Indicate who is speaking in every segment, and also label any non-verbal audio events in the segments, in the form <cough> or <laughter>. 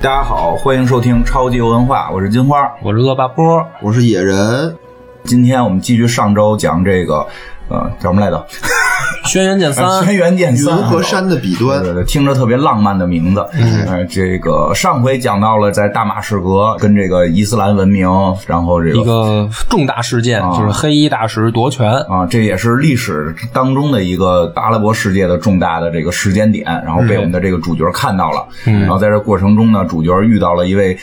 Speaker 1: 大家好，欢迎收听超级游文化，我是金花。
Speaker 2: 我是恶霸波，
Speaker 3: 我是野人，
Speaker 1: 今天我们继续上周讲这个，呃，叫什么来着？呃
Speaker 2: 轩辕剑
Speaker 1: 哎轩
Speaker 2: 三，
Speaker 1: 辕剑
Speaker 3: 云
Speaker 1: 三。
Speaker 3: 和山的彼
Speaker 1: 对
Speaker 3: 端
Speaker 1: 对，对，听着特别浪漫的名字。
Speaker 3: 嗯
Speaker 1: 呃，这个上回讲到了在大马士革跟这个伊斯兰文明，然后这
Speaker 2: 一
Speaker 1: 个
Speaker 2: 个重大事件，
Speaker 1: 啊
Speaker 2: 就是黑衣大使夺权。
Speaker 1: 啊，这也是历史当中的一个阿拉伯世界的重大的这个时间点，然后被我们的这个主角看到了。
Speaker 2: 嗯
Speaker 1: 然后在这过程中呢，主角遇到了一位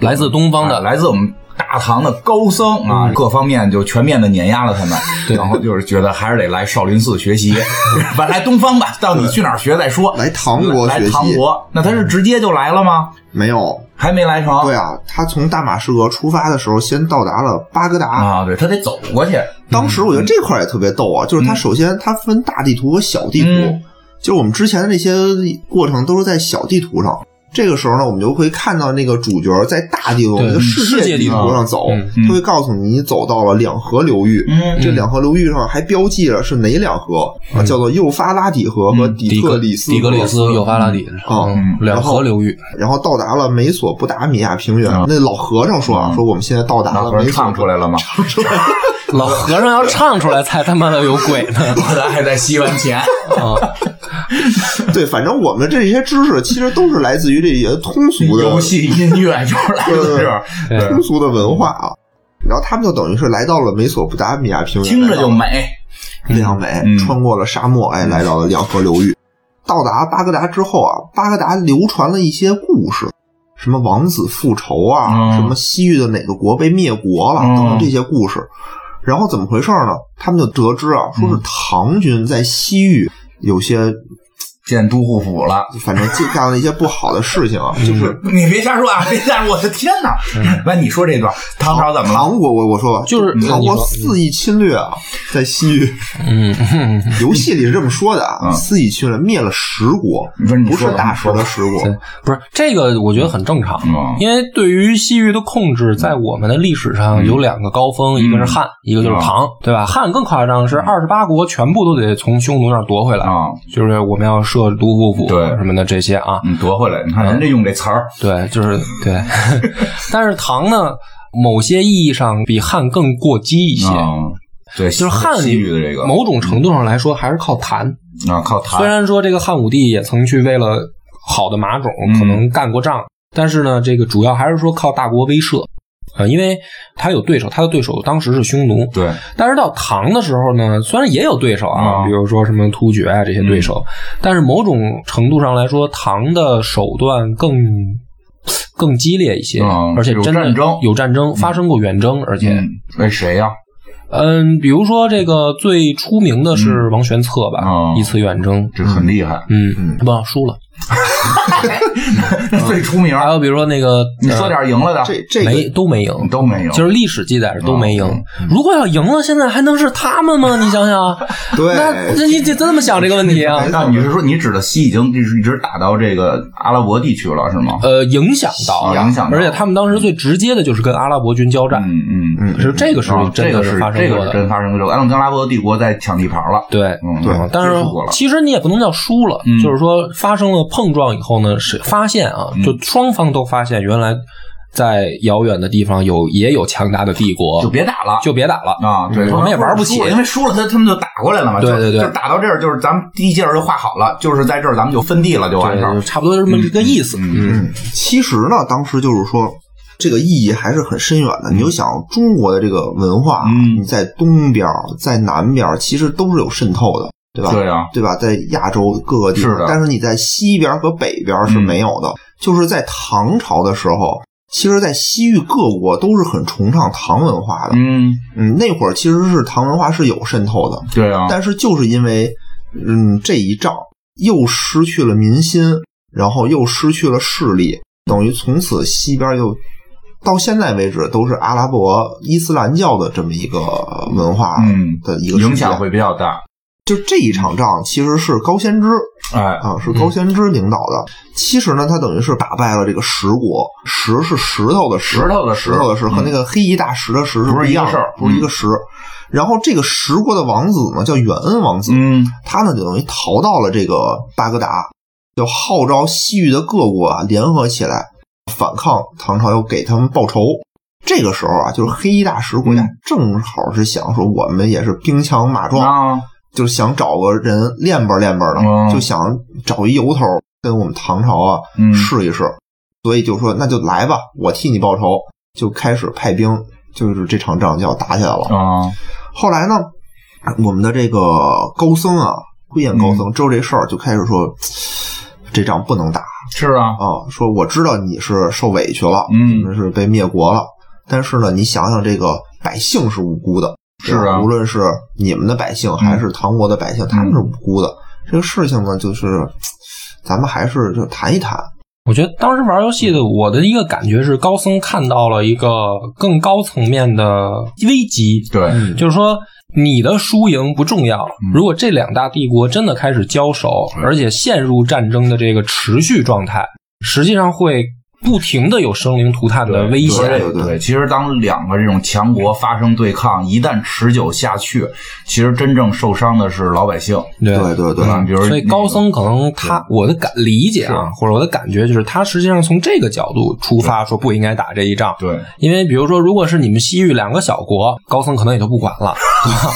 Speaker 2: 来自东方
Speaker 1: 啊，
Speaker 2: 的，
Speaker 1: 来自我们大唐的高僧啊，
Speaker 3: 嗯
Speaker 1: 各方面就全面的碾压了他们，然后就是觉得还是得来少林寺学
Speaker 3: <laughs>
Speaker 1: 习，反正来东方吧，到底去哪儿学再说。
Speaker 3: 来唐国
Speaker 1: 来
Speaker 3: 学习，
Speaker 1: 唐国，那他是直接就来了吗？
Speaker 3: 没有。
Speaker 1: 还没来成。
Speaker 3: 对啊，他从大马士革出发的时候，先到达了巴格达。
Speaker 1: 啊，对他得走过去。
Speaker 3: 当时我觉得这块儿也特别
Speaker 2: 嗯
Speaker 3: 逗啊，就是他首先他分大地图和小地图，
Speaker 1: 嗯
Speaker 3: 就是我们之前的那些过程都是在小地图上。这个时候呢，我们就会看到那个主角在大地图、
Speaker 2: 对
Speaker 3: 那个世
Speaker 2: 世界
Speaker 3: 地
Speaker 2: 地
Speaker 1: 图
Speaker 3: 图上走
Speaker 2: 嗯，
Speaker 3: 他会告诉你你走到了两河流域。
Speaker 1: 嗯
Speaker 3: 这两河流域上还标记了是哪两河、啊，叫做幼发拉底河和底
Speaker 2: 底
Speaker 3: 特
Speaker 2: 格
Speaker 3: 里斯
Speaker 2: 嗯
Speaker 3: 河。
Speaker 2: 底格里斯、幼发拉底，
Speaker 3: 嗯
Speaker 2: 嗯两河流域。
Speaker 3: 然后到达了美索不达米亚平原。
Speaker 1: 啊
Speaker 3: 那老和尚说
Speaker 1: 嗯
Speaker 3: 啊，说我们现在到达
Speaker 1: 大
Speaker 3: 了
Speaker 1: 哥
Speaker 3: 美索
Speaker 1: 唱出来了吗？
Speaker 2: 老和尚要唱出来才他妈的有鬼
Speaker 1: <laughs>
Speaker 2: 呢！
Speaker 1: 我的还在西元
Speaker 3: <laughs>
Speaker 1: 前。
Speaker 2: 啊，
Speaker 3: 对，反正我们这些知识其实都是来自于这些通俗的
Speaker 1: 游戏音乐又来了，是
Speaker 2: 对
Speaker 3: 通俗的文化啊。然后他们就等于是来到了美索不达米亚平原，
Speaker 1: 听着就美。
Speaker 3: 非常美，
Speaker 1: 嗯
Speaker 3: 穿过了沙漠，哎，来到了两河流域。到达巴格达之后啊，巴格达流传了一些故事，什么王子复仇啊，
Speaker 1: 嗯
Speaker 3: 什么西域的哪个国被灭国了
Speaker 1: 嗯
Speaker 3: 等等这些故事。然后怎么回事呢？他们就得知啊，
Speaker 1: 嗯
Speaker 3: 说是唐军在西域有些，
Speaker 1: 见都护府了。
Speaker 3: 反正就干了一些不好的事情啊，
Speaker 1: 嗯
Speaker 3: 就是
Speaker 1: 你别瞎说啊！别瞎说，我的天哪！
Speaker 3: 嗯
Speaker 1: 来，你说这段唐朝怎么了？
Speaker 3: 唐国，我我说吧，
Speaker 2: 就是
Speaker 3: 唐国
Speaker 2: 你说
Speaker 3: 肆意侵略啊，在
Speaker 1: <laughs>
Speaker 3: 西域，
Speaker 2: 嗯，哼
Speaker 3: 游戏里是这么说的啊，
Speaker 1: 嗯
Speaker 3: 肆意侵略灭了十国，
Speaker 1: 你说你
Speaker 3: 不是
Speaker 1: 说吧
Speaker 3: 大
Speaker 1: 你说吧
Speaker 3: 石的十国，
Speaker 2: 不是这个，我觉得很正常，
Speaker 1: 嗯
Speaker 2: 因为对于西域的控制，在我们的历史上有两个高峰，一个是汉，一个就是唐，对吧？汉更夸张，是二十八国全部都得从匈奴那儿夺回来，
Speaker 1: 啊，
Speaker 2: 就是我们要设都护府
Speaker 1: 对
Speaker 2: 什么的这些啊。
Speaker 1: 你嗯夺回来，你看人家用这词儿，
Speaker 2: 对，就是对。 <laughs> 但是唐呢，某些意义上比汉更过激一些，
Speaker 1: 嗯，对，
Speaker 2: 就是汉
Speaker 1: 西
Speaker 2: 语
Speaker 1: 域的这个
Speaker 2: 某种程度上来说还是靠谈。
Speaker 1: 啊，靠
Speaker 2: 虽
Speaker 1: 谈，
Speaker 2: 然说这个汉武帝也曾去为了好的马种可能干过仗，但是呢，这个主要还是说靠大国威慑。啊，因为他有对手，他的对手当时是匈奴，
Speaker 1: 对，
Speaker 2: 但是到唐的时候呢，虽然也有对手啊，
Speaker 1: 啊
Speaker 2: 比如说什么突厥啊这些对手，但是某种程度上来说，唐的手段更更激烈一些，
Speaker 1: 嗯
Speaker 2: 而且真的
Speaker 1: 有战争
Speaker 2: 有战争发生过远征，而且
Speaker 1: 嗯，为谁呀？
Speaker 2: 嗯比如说这个最出名的是王玄策吧，
Speaker 1: 嗯
Speaker 2: 一次远征，
Speaker 1: 这很厉害，
Speaker 2: 嗯，忘了输了。
Speaker 1: 最出名儿。
Speaker 2: 嗯还有比如说那个，呃
Speaker 1: 你说点赢了的，
Speaker 3: 这这个
Speaker 2: 没都没赢，
Speaker 1: 都没赢，
Speaker 2: 就是历史记载是都没赢。如果要赢了，现在还能是他们吗？你想想，
Speaker 3: 对
Speaker 2: 那那你得这么想这个问题啊？
Speaker 1: 那哎你是说你指的西已经一直一直打到这个阿拉伯地区了是吗？
Speaker 2: 呃影响到，
Speaker 1: 影响到
Speaker 2: 而且他们当时最直接的就是跟阿拉伯军交战，
Speaker 1: 嗯嗯，
Speaker 2: 是这个是
Speaker 1: 啊
Speaker 2: 真
Speaker 1: 这
Speaker 2: 的
Speaker 1: 个是
Speaker 2: 发生
Speaker 1: 这
Speaker 2: 过
Speaker 1: 个是
Speaker 2: 的，
Speaker 1: 真发生过，阿拉伯帝国在抢地盘了，
Speaker 2: 对。
Speaker 1: 嗯，
Speaker 3: 对
Speaker 2: 嗯但是
Speaker 1: 接触过了
Speaker 2: 其实你也不能叫输了，
Speaker 1: 嗯
Speaker 2: 就是说发生了碰撞以后呢，是发现啊，就双方都发现原来在遥远的地方有也有强大的帝国，
Speaker 1: 就别打了，
Speaker 2: 就别打了
Speaker 1: 啊，对，
Speaker 2: 嗯我们也玩不起
Speaker 1: 输了因为输了他他们就打过来了嘛。
Speaker 2: 对
Speaker 1: 就
Speaker 2: 对对
Speaker 1: 就是打到这儿，就是咱们第一阶段就画好了，就是在这儿咱们就分地了，就完事
Speaker 2: 对，
Speaker 1: 儿
Speaker 2: 就。差不多就这么一个意思。
Speaker 1: 嗯
Speaker 3: 其实呢，当时就是说，这个意义还是很深远的。你就想中国的这个文化，啊
Speaker 1: 嗯
Speaker 3: 你在东边儿在南边儿，其实都是有渗透的，对吧？
Speaker 1: 对啊，
Speaker 3: 对吧？在亚洲各个地方，
Speaker 1: 是的嗯
Speaker 3: 但是你在西边儿和北边儿是没有的。就是在唐朝的时候，其实，在西域各国都是很崇尚唐文化的。
Speaker 1: 嗯，
Speaker 3: 嗯，那会儿其实是唐文化是有渗透的，
Speaker 1: 对啊，
Speaker 3: 但是就是因为，嗯，这一仗又失去了民心，然后又失去了势力，等于从此西边又到现在为止都是阿拉伯伊斯兰教的这么一个文化
Speaker 1: 嗯
Speaker 3: 的一个、
Speaker 1: 影响。会比较大。
Speaker 3: 就这一场仗其实是高仙芝
Speaker 1: 哎，
Speaker 3: 啊，是高仙芝领导的。其实呢，他等于是打败了这个石国，石是石头的石，
Speaker 1: 石头的石嗯
Speaker 3: 石头的石和那个黑衣大石的石是
Speaker 1: 不是一个
Speaker 3: 一样的
Speaker 1: 事儿嗯
Speaker 3: 不是一个石。然后这个石国的王子呢，叫远恩王子，
Speaker 1: 嗯
Speaker 3: 他呢就等于逃到了这个巴格达，就号召西域的各国啊联合起来，反抗唐朝，要给他们报仇。这个时候啊，就是黑衣大食国家
Speaker 1: 嗯
Speaker 3: 正好是想说，我们也是兵强马壮，
Speaker 1: 啊，
Speaker 3: 就是想找个人练吧练吧
Speaker 1: 嗯
Speaker 3: 的，就想找一由头跟我们唐朝啊
Speaker 1: 嗯
Speaker 3: 试一试。所以就说那就来吧，我替你报仇，就开始派兵，就是这场仗就要打起来了。
Speaker 1: 啊，
Speaker 3: 后来呢，我们的这个高僧啊，慧眼高
Speaker 1: 嗯
Speaker 3: 僧知道这事儿，就开始说，这仗不能打
Speaker 1: 是啊，
Speaker 3: 啊，说我知道你是受委屈了，
Speaker 1: 嗯
Speaker 3: 你们是被灭国了，但是呢，你想想这个百姓是无辜的，
Speaker 1: 是啊嗯
Speaker 3: 对吧无论是你们的百姓还是唐国的百姓，他们是无辜的。这个事情呢，就是咱们还是就谈一谈，
Speaker 2: 我觉得当时玩游戏的我的一个感觉是，高僧看到了一个更高层面的危机，
Speaker 1: 对，
Speaker 2: 就是说你的输赢不重要。如果这两大帝国真的开始交手，而且陷入战争的这个持续状态，实际上会不停的有生灵涂炭的危
Speaker 1: 对
Speaker 2: 险。
Speaker 1: 对
Speaker 3: 对
Speaker 1: 对，其实当两个这种强国发生对抗，一旦持久下去，其实真正受伤的是老百姓，
Speaker 2: 对
Speaker 3: 对对对
Speaker 1: 对，吧？比如
Speaker 2: 所
Speaker 1: 那
Speaker 2: 以
Speaker 1: 个
Speaker 2: 高僧可能他我的感理解啊，或者我的感觉就是，他实际上从这个角度出发，说不应该打这一仗。
Speaker 1: 对，
Speaker 2: 因为比如说，如果是你们西域两个小国，高僧可能也就不管了。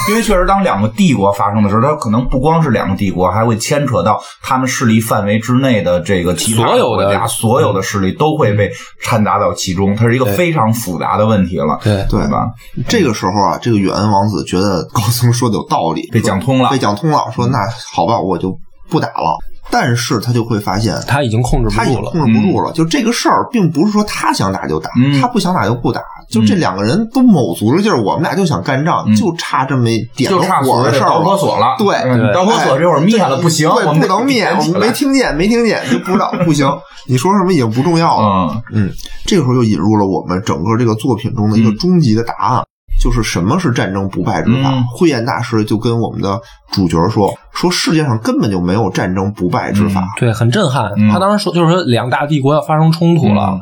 Speaker 1: 因为确实当两个帝国发生的时候，它可能不光是两个帝国，还会牵扯到他们势力范围之内的这个其他
Speaker 2: 所有的嗯
Speaker 1: 国家，所有的势力都会被掺杂到其中，它是一个非常复杂的问题了，
Speaker 2: 对
Speaker 3: 对
Speaker 1: 吧？
Speaker 3: 这个时候啊，这个远恩王子觉得高僧说的有道理，
Speaker 1: 被讲通了
Speaker 3: 被讲通了，说那好吧，我就不打了。但是他就会发现，
Speaker 2: 他已经控制
Speaker 3: 他
Speaker 2: 不
Speaker 3: 已
Speaker 2: 住
Speaker 3: 经
Speaker 2: 了。
Speaker 3: 控制不住了。就这个事儿，并不是说他想打就打，
Speaker 1: 嗯
Speaker 3: 他不想打就不打。就这两个人都卯足了劲儿，我们俩就想干仗，就差这么一点
Speaker 1: 嗯就差
Speaker 3: 火
Speaker 1: 所
Speaker 3: 的
Speaker 1: 谓
Speaker 3: 事
Speaker 1: 的
Speaker 3: 儿
Speaker 1: 导火索了，
Speaker 3: 对
Speaker 1: 嗯
Speaker 2: 对
Speaker 1: 导火索这会儿灭了不行，
Speaker 3: 对
Speaker 1: 我们得
Speaker 3: 不能灭，
Speaker 1: 连
Speaker 3: 我
Speaker 1: 起
Speaker 3: 们
Speaker 1: 来
Speaker 3: 没听见，没听见就不知道，不行。你说什么已经不重要了。
Speaker 1: 嗯，
Speaker 3: 嗯，这个时候就引入了我们整个这个作品中的一
Speaker 1: 嗯
Speaker 3: 个终极的答案，就是什么是战争不败之法。
Speaker 1: 嗯
Speaker 3: 慧眼大师就跟我们的主角说，说世界上根本就没有战争不败之法。
Speaker 2: 对，很震撼。
Speaker 1: 嗯
Speaker 2: 他当时说，就是说两大帝国要发生冲突了。
Speaker 1: 嗯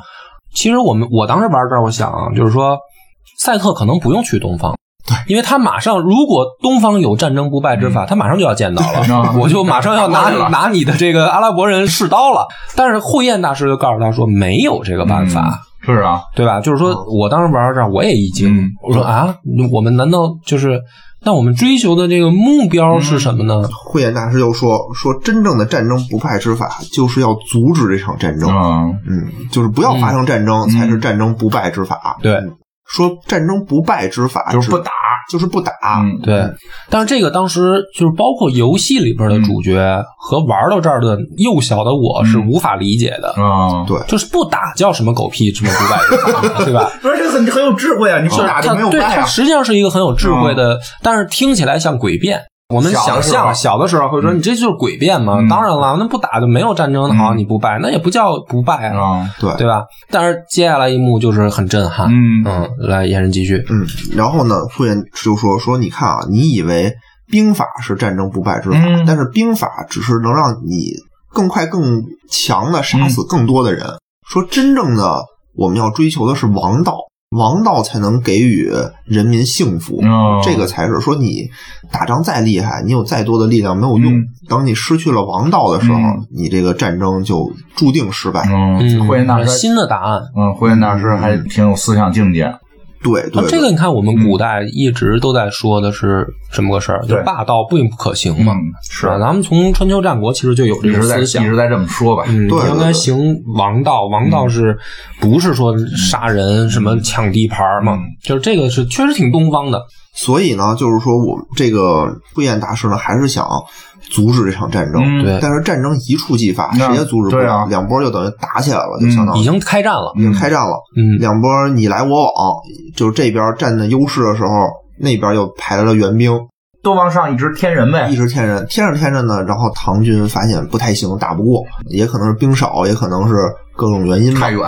Speaker 2: 其实我们我当时玩这儿，我想啊就是说，赛特可能不用去东方，对，因为他马上如果东方有战争不败之法，他马上就要见到
Speaker 1: <laughs>
Speaker 2: 了，
Speaker 1: 嗯
Speaker 2: 我就马上要拿
Speaker 1: <laughs> 打过去嗯了
Speaker 2: 拿你的这个阿拉伯人试刀了。但是慧燕大师就告诉他说，没有这个办法。
Speaker 1: 是啊，
Speaker 2: 对吧？就是说我当时玩到这儿，我也一惊，
Speaker 1: 嗯
Speaker 2: 我说啊，我们难道就是那我们追求的这个目标是什么呢？
Speaker 1: 嗯
Speaker 3: 慧眼大师又说，说真正的战争不败之法，就是要阻止这场战争。
Speaker 1: 嗯，
Speaker 3: 嗯，就是不要发生战争，才是战争不败之法。
Speaker 2: 对
Speaker 3: 嗯说战争不败之法
Speaker 1: 就是不
Speaker 3: 只
Speaker 1: 打，
Speaker 3: 就是不打。
Speaker 1: 嗯，
Speaker 2: 对，但是这个当时就是包括游戏里边的
Speaker 1: 嗯
Speaker 2: 主角和玩到这儿的幼小的我
Speaker 1: 嗯
Speaker 2: 是无法理解的，
Speaker 1: 啊，
Speaker 3: 对
Speaker 2: 就是不打叫什么狗屁什么不败
Speaker 1: <laughs>
Speaker 2: 人，对吧？
Speaker 1: 不是这很很有智慧啊，你不
Speaker 2: 就是
Speaker 1: 打
Speaker 2: 它
Speaker 1: 就没有
Speaker 2: 对
Speaker 1: 败
Speaker 2: 它
Speaker 1: 啊，嗯
Speaker 2: 实际上是一个很有智慧的，但是听起来像诡辩。我们
Speaker 1: 小的
Speaker 2: 想
Speaker 1: 时候啊
Speaker 2: 象小的时候会说你这就是诡辩嘛？
Speaker 1: 嗯
Speaker 2: 当然了，那不打就没有战争的好，你不败那也不叫不败啊，
Speaker 1: 啊，
Speaker 3: 对
Speaker 2: 对吧？但是接下来一幕就是很震撼，
Speaker 1: 嗯
Speaker 2: 嗯，来延人继续，
Speaker 3: 嗯，然后呢，傅园就说说，你看啊，你以为兵法是战争不败之法，
Speaker 1: 嗯
Speaker 3: 但是兵法只是能让你更快、更强的杀死更多的人。说真正的，我们要追求的是王道，王道才能给予人民幸福。
Speaker 1: 哦
Speaker 3: 这个才是说你打仗再厉害，你有再多的力量没有用。
Speaker 1: 嗯
Speaker 3: 当你失去了王道的时候，
Speaker 1: 嗯
Speaker 3: 你这个战争就注定失败。
Speaker 1: 嗯，慧眼大师，
Speaker 2: 新的答案，
Speaker 1: 嗯，慧眼大师还挺有思想境界，
Speaker 3: 对
Speaker 2: 啊
Speaker 3: 对对，
Speaker 2: 这个你看，我们古代一直都在说的是什么个事儿？就
Speaker 1: 嗯对
Speaker 2: 霸道并不可行嘛。
Speaker 1: 嗯，是
Speaker 3: 啊
Speaker 2: 吧？咱们从春秋战国其实就有这
Speaker 1: 一
Speaker 2: 个
Speaker 1: 直在
Speaker 2: 思
Speaker 1: 一
Speaker 2: 想。
Speaker 1: 直在这么说吧，
Speaker 2: 嗯，
Speaker 3: 对对
Speaker 2: 应该行王道，王
Speaker 1: 嗯
Speaker 2: 道是不是说杀人、什么抢地盘儿嘛？
Speaker 1: 嗯
Speaker 2: 就是这个是确实挺东方的，
Speaker 3: 所以呢，就是说我们这个慧眼大师呢，还是想阻止这场战争。
Speaker 1: 嗯
Speaker 2: 对
Speaker 3: 但是战争一触即发，
Speaker 1: 那
Speaker 3: 谁也阻止不
Speaker 1: 对
Speaker 3: 了，
Speaker 1: 啊
Speaker 3: 两波就等于打起来了，
Speaker 1: 嗯
Speaker 3: 就相当
Speaker 2: 已
Speaker 3: 于
Speaker 2: 经开战了。
Speaker 3: 已经开战了。
Speaker 2: 嗯，
Speaker 3: 两波你来我往，就这边占的优势的时候，那边又排来了援兵，
Speaker 1: 都往上一直添人呗
Speaker 3: 一，直天人，天着天着呢，然后唐军发现不太行，打不过，也可能是兵少，也可能是各种原因吧
Speaker 1: 太，远，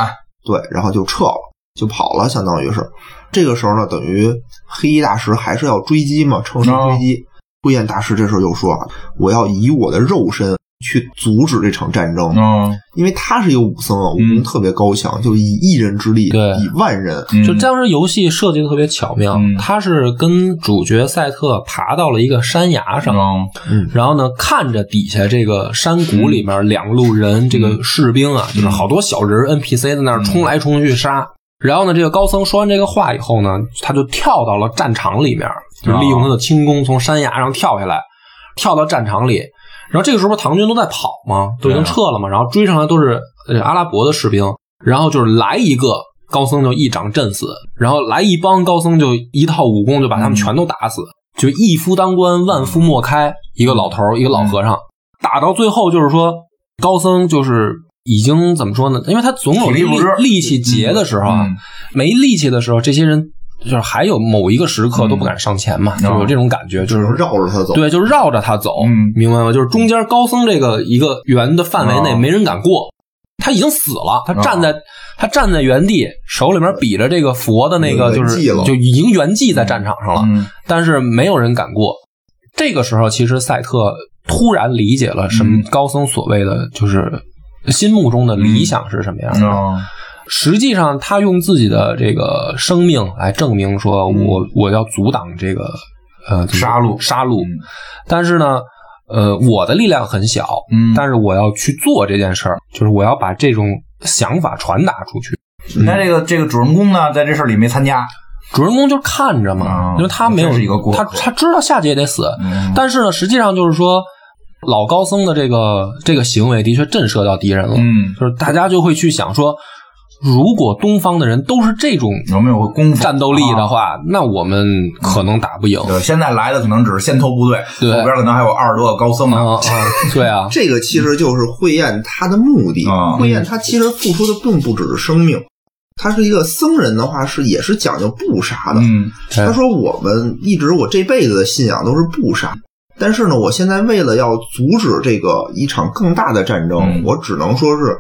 Speaker 3: 对，然后就撤了，就跑了，相当于是。这个时候呢，等于黑衣大师还
Speaker 1: 哦
Speaker 3: 是要追击嘛，乘胜追击。慧眼大师这时候又说啊：“我要以我的肉身去阻止这场战争，
Speaker 1: 嗯，
Speaker 3: 因为他是一个武僧啊，武
Speaker 1: 嗯
Speaker 3: 功特别高强，就以一人之力
Speaker 2: 对
Speaker 3: 以万人，
Speaker 2: 就当时游戏设计的特别巧妙
Speaker 1: 嗯，
Speaker 2: 他是跟主角赛特爬到了一个山崖上，
Speaker 1: 嗯
Speaker 2: 然后呢，看着底下这个山谷里面两路人，这个士兵啊，就是好多小人 NPC 在那儿冲来冲去杀。然后呢，这个高僧说完这个话以后呢，他就跳到了战场里面，就是利用他的轻功从山崖上跳下来，跳到战场里。然后这个时候唐军都在跑嘛，都已经撤了嘛，然后追上来都是呃阿拉伯的士兵，然后就是来一个高僧就一掌震死，然后来一帮高僧就一套武功就把他们全都打死，就一夫当关万夫莫开，一个老头儿一个老和尚，打到最后就是说高僧就是已经怎么说呢？因为他总有
Speaker 1: 体力
Speaker 2: 力
Speaker 1: 不支
Speaker 2: 力气竭的时候啊，
Speaker 1: 嗯
Speaker 2: 没力气的时候，这些人就是还有某一个时刻都不敢上前嘛，就有这种感觉，就
Speaker 3: 只
Speaker 2: 是
Speaker 3: 能绕着他走。
Speaker 2: 对，就是绕着他走，
Speaker 1: 嗯
Speaker 2: 明白吗？就是中间高僧这个一个圆的范围内
Speaker 1: 啊
Speaker 2: 没人敢过，他已经死了，他站在、他站在原地，手里面比着这个佛的那个，
Speaker 3: 圆
Speaker 2: 就是
Speaker 3: 寂了
Speaker 2: 就已经圆寂在战场上了，
Speaker 1: 嗯
Speaker 2: 但是没有人敢过。这个时候，其实赛特突然理解了什么
Speaker 1: 嗯
Speaker 2: 高僧所谓的就是心目中的理想是什么样的。
Speaker 1: 嗯
Speaker 2: 实际上，他用自己的这个生命来证明说
Speaker 1: 嗯
Speaker 2: 我，我要阻挡这个呃怎么说
Speaker 1: 杀戮
Speaker 2: 杀戮。但是呢，呃，我的力量很小，
Speaker 1: 嗯
Speaker 2: 但是我要去做这件事儿，就是我要把这种想法传达出去。
Speaker 1: 你看这个这个主人公呢，在这事儿里没参加，
Speaker 2: 主人公就看着嘛，
Speaker 1: 啊
Speaker 2: 因为他没有
Speaker 1: 这是一个过客
Speaker 2: 他他知道下节得死，
Speaker 1: 嗯
Speaker 2: 但是呢，实际上就是说，老高僧的这个这个行为的确震慑到敌人了，
Speaker 1: 嗯，
Speaker 2: 就是大家就会去想说，如果东方的人都是这种
Speaker 1: 有没有个功夫
Speaker 2: 战斗力的
Speaker 1: 啊
Speaker 2: 话，
Speaker 3: 嗯
Speaker 2: 那我们可能打不赢。
Speaker 1: 对，现在来的可能只是先头部队，
Speaker 3: 嗯
Speaker 2: 对
Speaker 1: 后边可能还有二十多个高僧
Speaker 2: 啊
Speaker 1: 呢。
Speaker 2: 啊，对啊，
Speaker 3: 这个其实就是慧燕她的目的
Speaker 1: 啊。
Speaker 3: 慧燕她其实付出的并不只是生命，她是一个僧人的话是也是讲究不杀的。
Speaker 1: 嗯
Speaker 2: 对
Speaker 3: 他说我们一直我这辈子的信仰都是不杀，但是呢，我现在为了要阻止这个一场更大的战争，
Speaker 1: 嗯
Speaker 3: 我只能说是，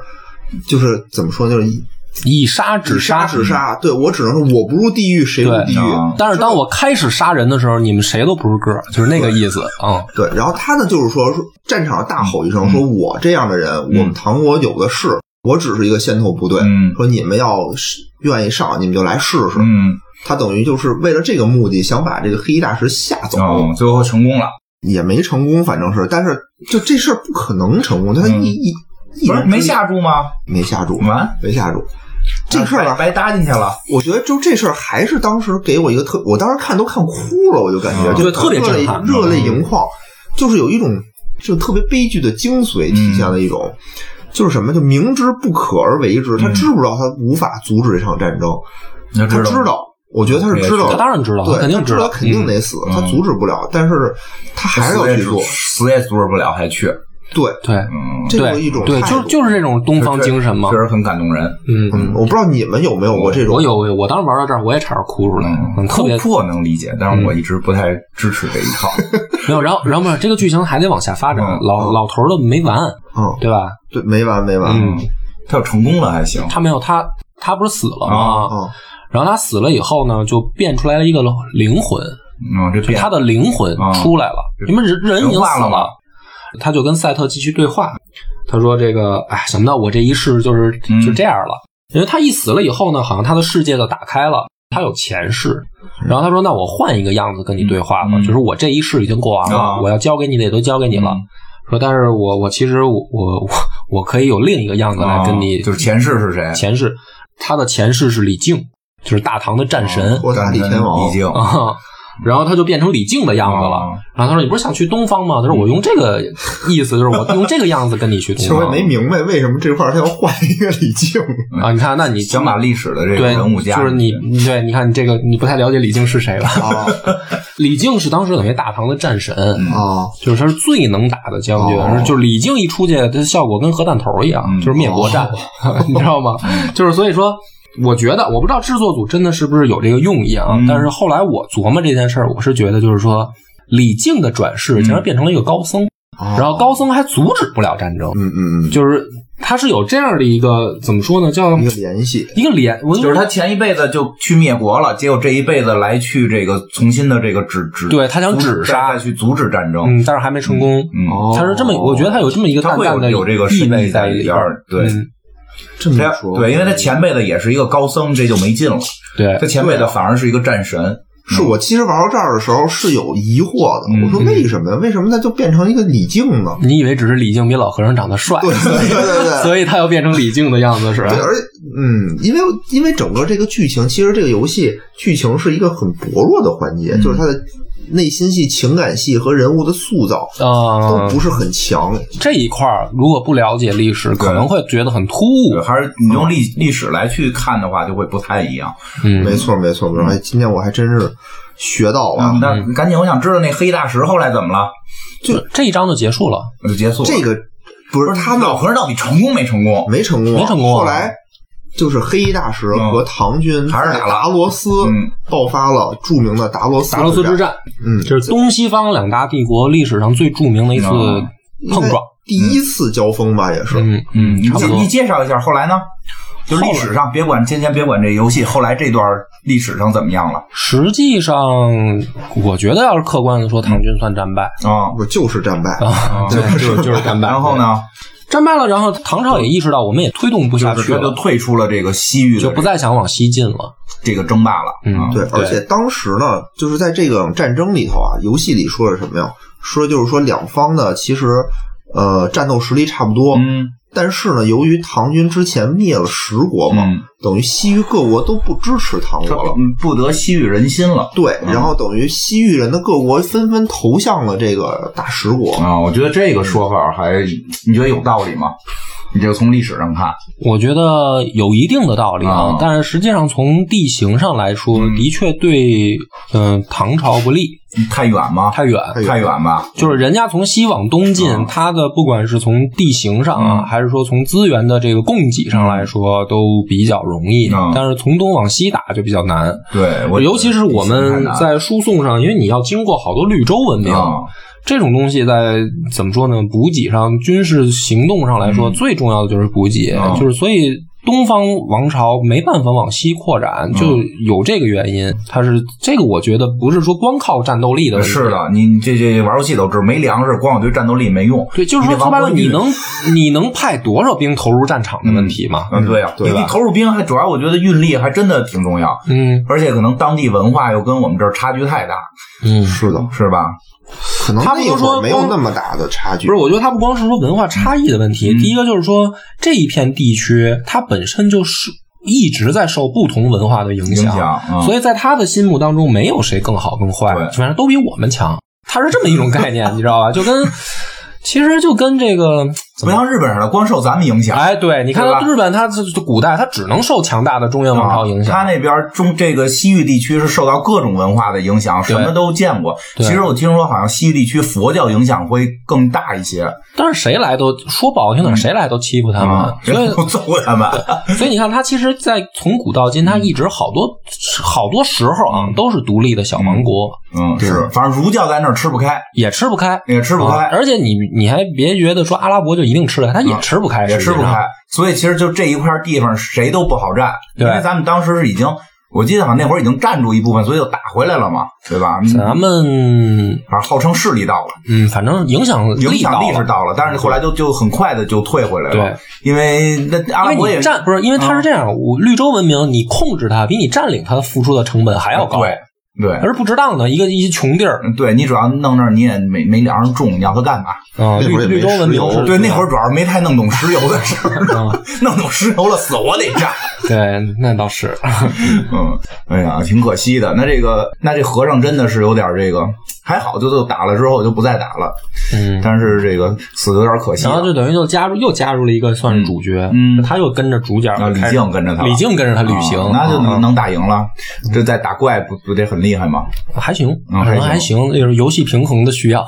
Speaker 3: 就是怎么说，就是以
Speaker 2: 以杀止杀
Speaker 3: 杀止杀。对我只能说我不入地狱谁入
Speaker 2: 对
Speaker 3: 地狱。
Speaker 1: 啊
Speaker 2: 但是当我开始杀人的时候，你们谁都不是个儿，就是那个意思啊。
Speaker 3: 对，然后他呢就是说说战场大吼一声，
Speaker 1: 嗯
Speaker 3: 说我这样的人，我们唐国有的是，我只是一个先头部队。
Speaker 1: 嗯
Speaker 3: 说你们要是愿意上，你们就来试试。
Speaker 1: 嗯，
Speaker 3: 他等于就是为了这个目的，想把这个黑衣大师吓走。
Speaker 1: 哦，最后成功了，
Speaker 3: 也没成功，反正是，但是就这事儿不可能成功，他一、
Speaker 1: 嗯
Speaker 3: 一一
Speaker 1: 不是
Speaker 3: 人
Speaker 1: 没下注吗？
Speaker 3: 没下注，
Speaker 1: 完
Speaker 3: 没下注。这事儿
Speaker 1: 白
Speaker 3: 啊，
Speaker 1: 白搭进去了。
Speaker 3: 我觉得就这事儿还是当时给我一个特，我当时看都看哭了，我就感觉、
Speaker 1: 嗯
Speaker 3: 就
Speaker 2: 对特别
Speaker 3: 热
Speaker 2: 震
Speaker 3: 泪
Speaker 2: 撼
Speaker 1: 啊
Speaker 3: 热泪盈眶，就是有一种就特别悲剧的精髓体
Speaker 1: 嗯
Speaker 3: 现了一种，就是什么，就明知不可而为之，
Speaker 1: 嗯
Speaker 3: 他知不知道他无法阻止这场战争，
Speaker 1: 你要
Speaker 3: 他知道，我觉得他是知道
Speaker 2: 他
Speaker 3: 的，
Speaker 2: 当然知道，
Speaker 3: 对，
Speaker 2: 肯定
Speaker 3: 他知
Speaker 2: 道，
Speaker 3: 肯
Speaker 2: 嗯
Speaker 3: 定得死，
Speaker 1: 嗯
Speaker 3: 他阻止不了，但是他还是要
Speaker 1: 死也
Speaker 3: 去做
Speaker 1: 阻，死也阻止不了，还去。
Speaker 3: 对。
Speaker 2: 对
Speaker 1: 嗯，
Speaker 3: 这就是一种
Speaker 2: 对对，
Speaker 3: 态
Speaker 2: 就
Speaker 3: 度
Speaker 2: 就是这种东方精神嘛
Speaker 1: 确。实很感动人。
Speaker 2: 嗯，
Speaker 3: 嗯，我不知道你们有没有过这种
Speaker 2: 我，有，我当时玩到这儿，我也差点哭出来，嗯，特别嗯
Speaker 1: 突破能理解，但是我一直不太支持这一套。
Speaker 2: 没有。然后，然后不是这个剧情还得往下发展，
Speaker 1: 嗯
Speaker 2: 老老头儿的没完，
Speaker 3: 嗯，
Speaker 2: 对吧？
Speaker 3: 对，没完没完，
Speaker 2: 嗯，
Speaker 1: 他要成功了还行。
Speaker 2: 他没有他，他不是死了
Speaker 1: 啊
Speaker 2: 吗？
Speaker 3: 嗯，
Speaker 2: 然后他死了以后呢，就变出来了一个灵魂，
Speaker 1: 嗯，这变
Speaker 2: 他的灵魂
Speaker 1: 啊
Speaker 2: 出来了，
Speaker 1: 人
Speaker 2: 因为人人已经
Speaker 1: 人化
Speaker 2: 死
Speaker 1: 了嘛
Speaker 2: 他就跟赛特继续对话。他说：“这个，哎，想不到我这一世就是
Speaker 1: 嗯
Speaker 2: 就这样了，因为他一死了以后呢，好像他的世界就打开了，他有前世。然后他说：‘那我换一个样子跟你对话吧，
Speaker 1: 嗯
Speaker 2: 就是我这一世已经过完了，
Speaker 1: 啊
Speaker 2: 我要交给你的也都交给你了。
Speaker 1: 嗯
Speaker 2: 说，但是我我其实我我我我可以有另一个样子来跟你，
Speaker 1: 啊就是前世是谁？
Speaker 2: 前世，他的前世是李靖，就是大唐的战神。
Speaker 3: 我打李天王
Speaker 1: 已，经
Speaker 2: 啊，然后他就变成李靖的样子了。
Speaker 1: 啊
Speaker 2: 然后他说：“你不是想去东方吗？”他说：“我用这个意思，就是我用这个样子跟你去
Speaker 3: 其
Speaker 2: 东
Speaker 3: 实
Speaker 2: 方。”
Speaker 3: 我也没明白为什么这块儿他要换一个李
Speaker 2: <laughs>
Speaker 3: 靖，
Speaker 2: 啊，你看，那你
Speaker 1: 想把历史的这个
Speaker 2: 对
Speaker 1: 人物加
Speaker 2: 就是
Speaker 1: 进
Speaker 2: 你
Speaker 1: 去
Speaker 2: 对，你看你这个你不太了解李靖是谁吧？
Speaker 3: <laughs> 啊
Speaker 2: 李靖是当时等于大唐的战神，
Speaker 1: 嗯
Speaker 3: 啊，
Speaker 2: 就是他是最能打的将军，
Speaker 3: 哦
Speaker 2: 就是李靖一出去，他效果跟核弹头一样，
Speaker 1: 嗯哦
Speaker 2: 就是灭国战， <laughs> 你知道吗？就是所以说。我觉得我不知道制作组真的是不是有这个用意啊，
Speaker 1: 嗯
Speaker 2: 但是后来我琢磨这件事儿，我是觉得就是说，李靖
Speaker 1: 嗯哦
Speaker 2: 的转世竟然变成了一个高僧，
Speaker 3: 然
Speaker 2: 然后，高僧还阻止不了战争，
Speaker 3: 啊嗯嗯嗯，
Speaker 2: 就是它是有这样的一个怎么说呢，叫
Speaker 3: 一个联系。
Speaker 2: 一个联，我
Speaker 1: 就是他前一辈子就去灭国了，结果这一辈子来去这个重新的这个止止，
Speaker 2: 对他想
Speaker 1: 止
Speaker 2: 止杀，
Speaker 1: 去阻止战争，
Speaker 2: 嗯，但是还没成功。
Speaker 1: 嗯，
Speaker 3: 哦
Speaker 2: 他是这么，我觉得他有这么一个
Speaker 1: 他
Speaker 2: 淡
Speaker 1: 会
Speaker 2: 淡
Speaker 1: 有
Speaker 2: 的
Speaker 1: 有这个
Speaker 2: 意
Speaker 1: 深
Speaker 2: 味
Speaker 1: 意
Speaker 2: 在
Speaker 1: 在
Speaker 2: 里边
Speaker 1: 边
Speaker 2: 儿。
Speaker 1: 儿，对。
Speaker 2: 嗯
Speaker 3: 这
Speaker 1: 他
Speaker 3: 么说，嗯
Speaker 1: 对，因为他前辈子也是一个高僧，这就没劲了。
Speaker 2: 对
Speaker 1: 他，前辈子反而是一个战神，
Speaker 3: 是我其实玩到这儿的时候是有疑惑的，
Speaker 1: 嗯
Speaker 3: 我说为什么呀？为什么他就变成一个李靖呢？
Speaker 2: 你以为只是李靖比老和尚长得帅，
Speaker 3: <laughs> 对对对
Speaker 2: <laughs>
Speaker 3: 对。
Speaker 2: 所以他要变成李靖的样子是吧
Speaker 3: 对，？而嗯，因为因为整个这个剧情，其实这个游戏剧情是一个很薄弱的环节，
Speaker 1: 嗯
Speaker 3: 就是它的内心戏、情感戏和人物的塑造都
Speaker 2: 啊，
Speaker 3: 不是很强。
Speaker 2: 这一块儿如果不了解历史，可能会觉得很突兀
Speaker 1: 对，。还是你用历历史来去看的话，就会不太一样。
Speaker 2: 嗯，嗯
Speaker 3: 没错，没错，没错。哎，今天我还真是学到啊
Speaker 2: 啊
Speaker 3: 了。
Speaker 1: 那赶紧，我想知道那黑大石后来怎么了，
Speaker 2: 这一章就结束了。
Speaker 1: 就结束了。
Speaker 3: 这个不是
Speaker 1: 不是
Speaker 3: 他
Speaker 1: 他
Speaker 3: 们
Speaker 1: 老和尚到底成功没成功？
Speaker 3: 没成功啊，
Speaker 2: 没成功啊嗯
Speaker 3: 后来就是黑衣大使和唐军
Speaker 1: 还是打了
Speaker 3: 在达罗斯
Speaker 1: 嗯
Speaker 3: 爆发了著名的达罗斯
Speaker 2: 达罗斯之
Speaker 3: 战。
Speaker 2: 战，
Speaker 3: 嗯，
Speaker 2: 就是东西方两大帝国历史上最著名的一次
Speaker 1: 嗯
Speaker 2: 碰撞。
Speaker 3: 第一次交锋吧，也是。
Speaker 2: 嗯，
Speaker 1: 嗯，你
Speaker 2: 差不
Speaker 1: 介
Speaker 2: 多
Speaker 1: 你介绍一下，后来呢？就历史上，别管先前别管这游戏，后来这段历史上怎么样了
Speaker 2: 实际上，我觉得要是客观的说，唐军算战败
Speaker 1: 啊？
Speaker 3: 我就是战败，
Speaker 2: 啊，对，就是就是
Speaker 1: <laughs>
Speaker 2: 战败。
Speaker 1: 然后？呢，
Speaker 2: 战败了，然后唐朝也意识到我们也推动不下
Speaker 1: 就是
Speaker 2: 去
Speaker 1: 他就
Speaker 2: 了，
Speaker 1: 退出了这个西域
Speaker 2: 就
Speaker 1: 的
Speaker 2: 不再想往西进了。
Speaker 1: 这个争霸了。
Speaker 2: 嗯
Speaker 1: 啊
Speaker 3: 对，
Speaker 2: 对
Speaker 3: 而且当时呢，就是在这个战争里头啊，游戏里说的什么呀？说就是说两方呢，其实呃战斗实力差不多，
Speaker 1: 嗯
Speaker 3: 但是呢，由于唐军之前灭了十国嘛，
Speaker 1: 嗯，
Speaker 3: 等于西域各国都不支持唐
Speaker 1: 他
Speaker 3: 国了。
Speaker 1: 嗯不得西域人心了。
Speaker 3: 对，
Speaker 1: 嗯
Speaker 3: 然后等于西域人的各国纷纷投向了这个大食国。
Speaker 1: 啊，我觉得这个说法还你觉得有道理吗？你这个从历史上看，
Speaker 2: 我觉得有一定的道理
Speaker 1: 啊嗯
Speaker 2: 啊，但是实际上从地形上来说，的确对，嗯，唐朝不利，
Speaker 1: 太远吗？
Speaker 2: 太远。
Speaker 3: 远
Speaker 1: 太远吧？
Speaker 2: 就是人家从西往东
Speaker 1: 啊
Speaker 2: 进，它的不管是从地形上啊，
Speaker 1: 嗯
Speaker 2: 还是说从资源的这个供给上来说，都比较容易
Speaker 1: 嗯。
Speaker 2: 但是从东往西打就比较难，
Speaker 1: 对，哎我
Speaker 2: 尤其是我们在输送上，因为你要经过好多绿洲文明，
Speaker 1: 啊，
Speaker 2: 这种东西在怎么说呢？补给上、军事行动上来说，
Speaker 1: 嗯
Speaker 2: 最重要的就是补给，
Speaker 1: 啊
Speaker 2: 就是所以东方王朝没办法往西扩
Speaker 1: 嗯
Speaker 2: 展，就有这个原因。它是这个，我觉得不是说光靠战斗力的问题。
Speaker 1: 呃是的，你这这玩游戏都知道，没粮食，光有对战斗力没用。
Speaker 2: 对，就是说
Speaker 1: 你得
Speaker 2: 说白了，
Speaker 1: 往过去
Speaker 2: 你能你能派多少兵投入战场的问题嘛？
Speaker 1: 嗯，对呀、
Speaker 3: 对
Speaker 1: 你
Speaker 3: 吧
Speaker 1: 你投入兵还主要，我觉得运力还真的挺重要，
Speaker 2: 嗯
Speaker 1: 而且可能当地文化又跟我们这儿差距太大，
Speaker 2: 嗯，
Speaker 3: 是的，
Speaker 1: 是吧？
Speaker 3: 可能
Speaker 2: 他不
Speaker 3: 那
Speaker 2: 是
Speaker 3: 会
Speaker 2: 说
Speaker 3: 儿没有
Speaker 2: 光
Speaker 3: 那么大的差距。
Speaker 2: 不是，我觉得它不光是说文化差异的问题，
Speaker 1: 嗯
Speaker 2: 第一个就是说这一片地区它本身就是一直在受不同文化的影
Speaker 1: 影响，嗯、
Speaker 2: 所以在他的心目当中，没有谁更好更坏
Speaker 1: 对，
Speaker 2: 反正都比我们强。他是这么一种概
Speaker 1: <laughs>
Speaker 2: 念，你知道吧？就跟其实就跟这个怎
Speaker 1: 不
Speaker 2: 么
Speaker 1: 像日本似的，光受咱们影响。
Speaker 2: 哎，对，你看
Speaker 1: 对吧
Speaker 2: 他日本，他这这古代他只能受强大的中原王朝影
Speaker 1: 他
Speaker 2: 响。
Speaker 1: 那边中这个西域地区是受到各种文化的影响，什
Speaker 2: 对
Speaker 1: 么都见过。其
Speaker 2: 对
Speaker 1: 实我听说好像西域地区佛教影响会更大一些，
Speaker 2: 但是谁来都说不好听点，谁来都欺负他们
Speaker 1: 嗯啊，，<laughs>
Speaker 2: 嗯所以
Speaker 1: 人都揍他们。
Speaker 2: 所以你看，他其实，在从古到
Speaker 1: 嗯
Speaker 2: 今，他一直好多好多时候啊，都是独立的小王国，
Speaker 1: 嗯，是，反正儒教在那儿吃不开，
Speaker 2: 也吃不开，
Speaker 1: 也吃不
Speaker 2: 啊
Speaker 1: 开，
Speaker 2: 而且你你还别觉得说阿拉伯就一定吃得开，他也
Speaker 1: 嗯
Speaker 2: 吃不开，
Speaker 1: 也吃不
Speaker 2: 实际上
Speaker 1: 开。所以其实就这一块地方谁都不好占，因
Speaker 2: 对
Speaker 1: 为咱们当时是已经，我记得好像那会儿已经占住一部分，所以就打回来了嘛，对吧？
Speaker 2: 咱们
Speaker 1: 反正号称势力到了，
Speaker 2: 嗯，反正影响
Speaker 1: 影响
Speaker 2: 到
Speaker 1: 力
Speaker 2: 了
Speaker 1: 是到了，但是后来就就很快的就退回来了
Speaker 2: 对，
Speaker 1: 因为那阿拉
Speaker 2: 因
Speaker 1: 伯
Speaker 2: 为
Speaker 1: 也
Speaker 2: 你占不是，因为它
Speaker 1: 啊
Speaker 2: 是这样，我绿洲文明你控制它，比你占领它付出的成本还要高，
Speaker 1: 对，嗯对，
Speaker 2: 而不值当的一个一些穷地儿
Speaker 1: 嗯对你主要弄那儿你也没没粮食种，你要它干嘛？
Speaker 2: 啊，
Speaker 3: 那
Speaker 2: 绿
Speaker 3: 会儿也没
Speaker 2: 绿洲文
Speaker 3: 石油
Speaker 2: 明是
Speaker 1: 对，那会儿主要是没太弄懂石油的事儿，
Speaker 2: 啊，
Speaker 1: <laughs> 弄懂石油了死活得占。
Speaker 2: 对，那倒是，
Speaker 1: <laughs> 嗯，哎呀，挺可惜的。那这个，那这和尚真的是有点这个，还好就就打了之后就不再打了，
Speaker 2: 嗯，
Speaker 1: <laughs> 但是这个死的有点可惜
Speaker 2: 然
Speaker 1: 啊。
Speaker 2: 后就等于就加入又加入了一个算是主角，
Speaker 1: 嗯嗯啊
Speaker 2: 他又跟着主角
Speaker 1: 那李
Speaker 2: 开始
Speaker 1: 靖跟着他了
Speaker 2: 李靖跟着他旅行，
Speaker 1: 啊那就
Speaker 2: 啊
Speaker 1: 能能打赢了。这再打怪不不得很厉害吗？
Speaker 2: 还行，
Speaker 1: 嗯
Speaker 2: 可能
Speaker 1: 还
Speaker 2: 还行，就是游戏平衡的
Speaker 1: <laughs>
Speaker 2: 需要，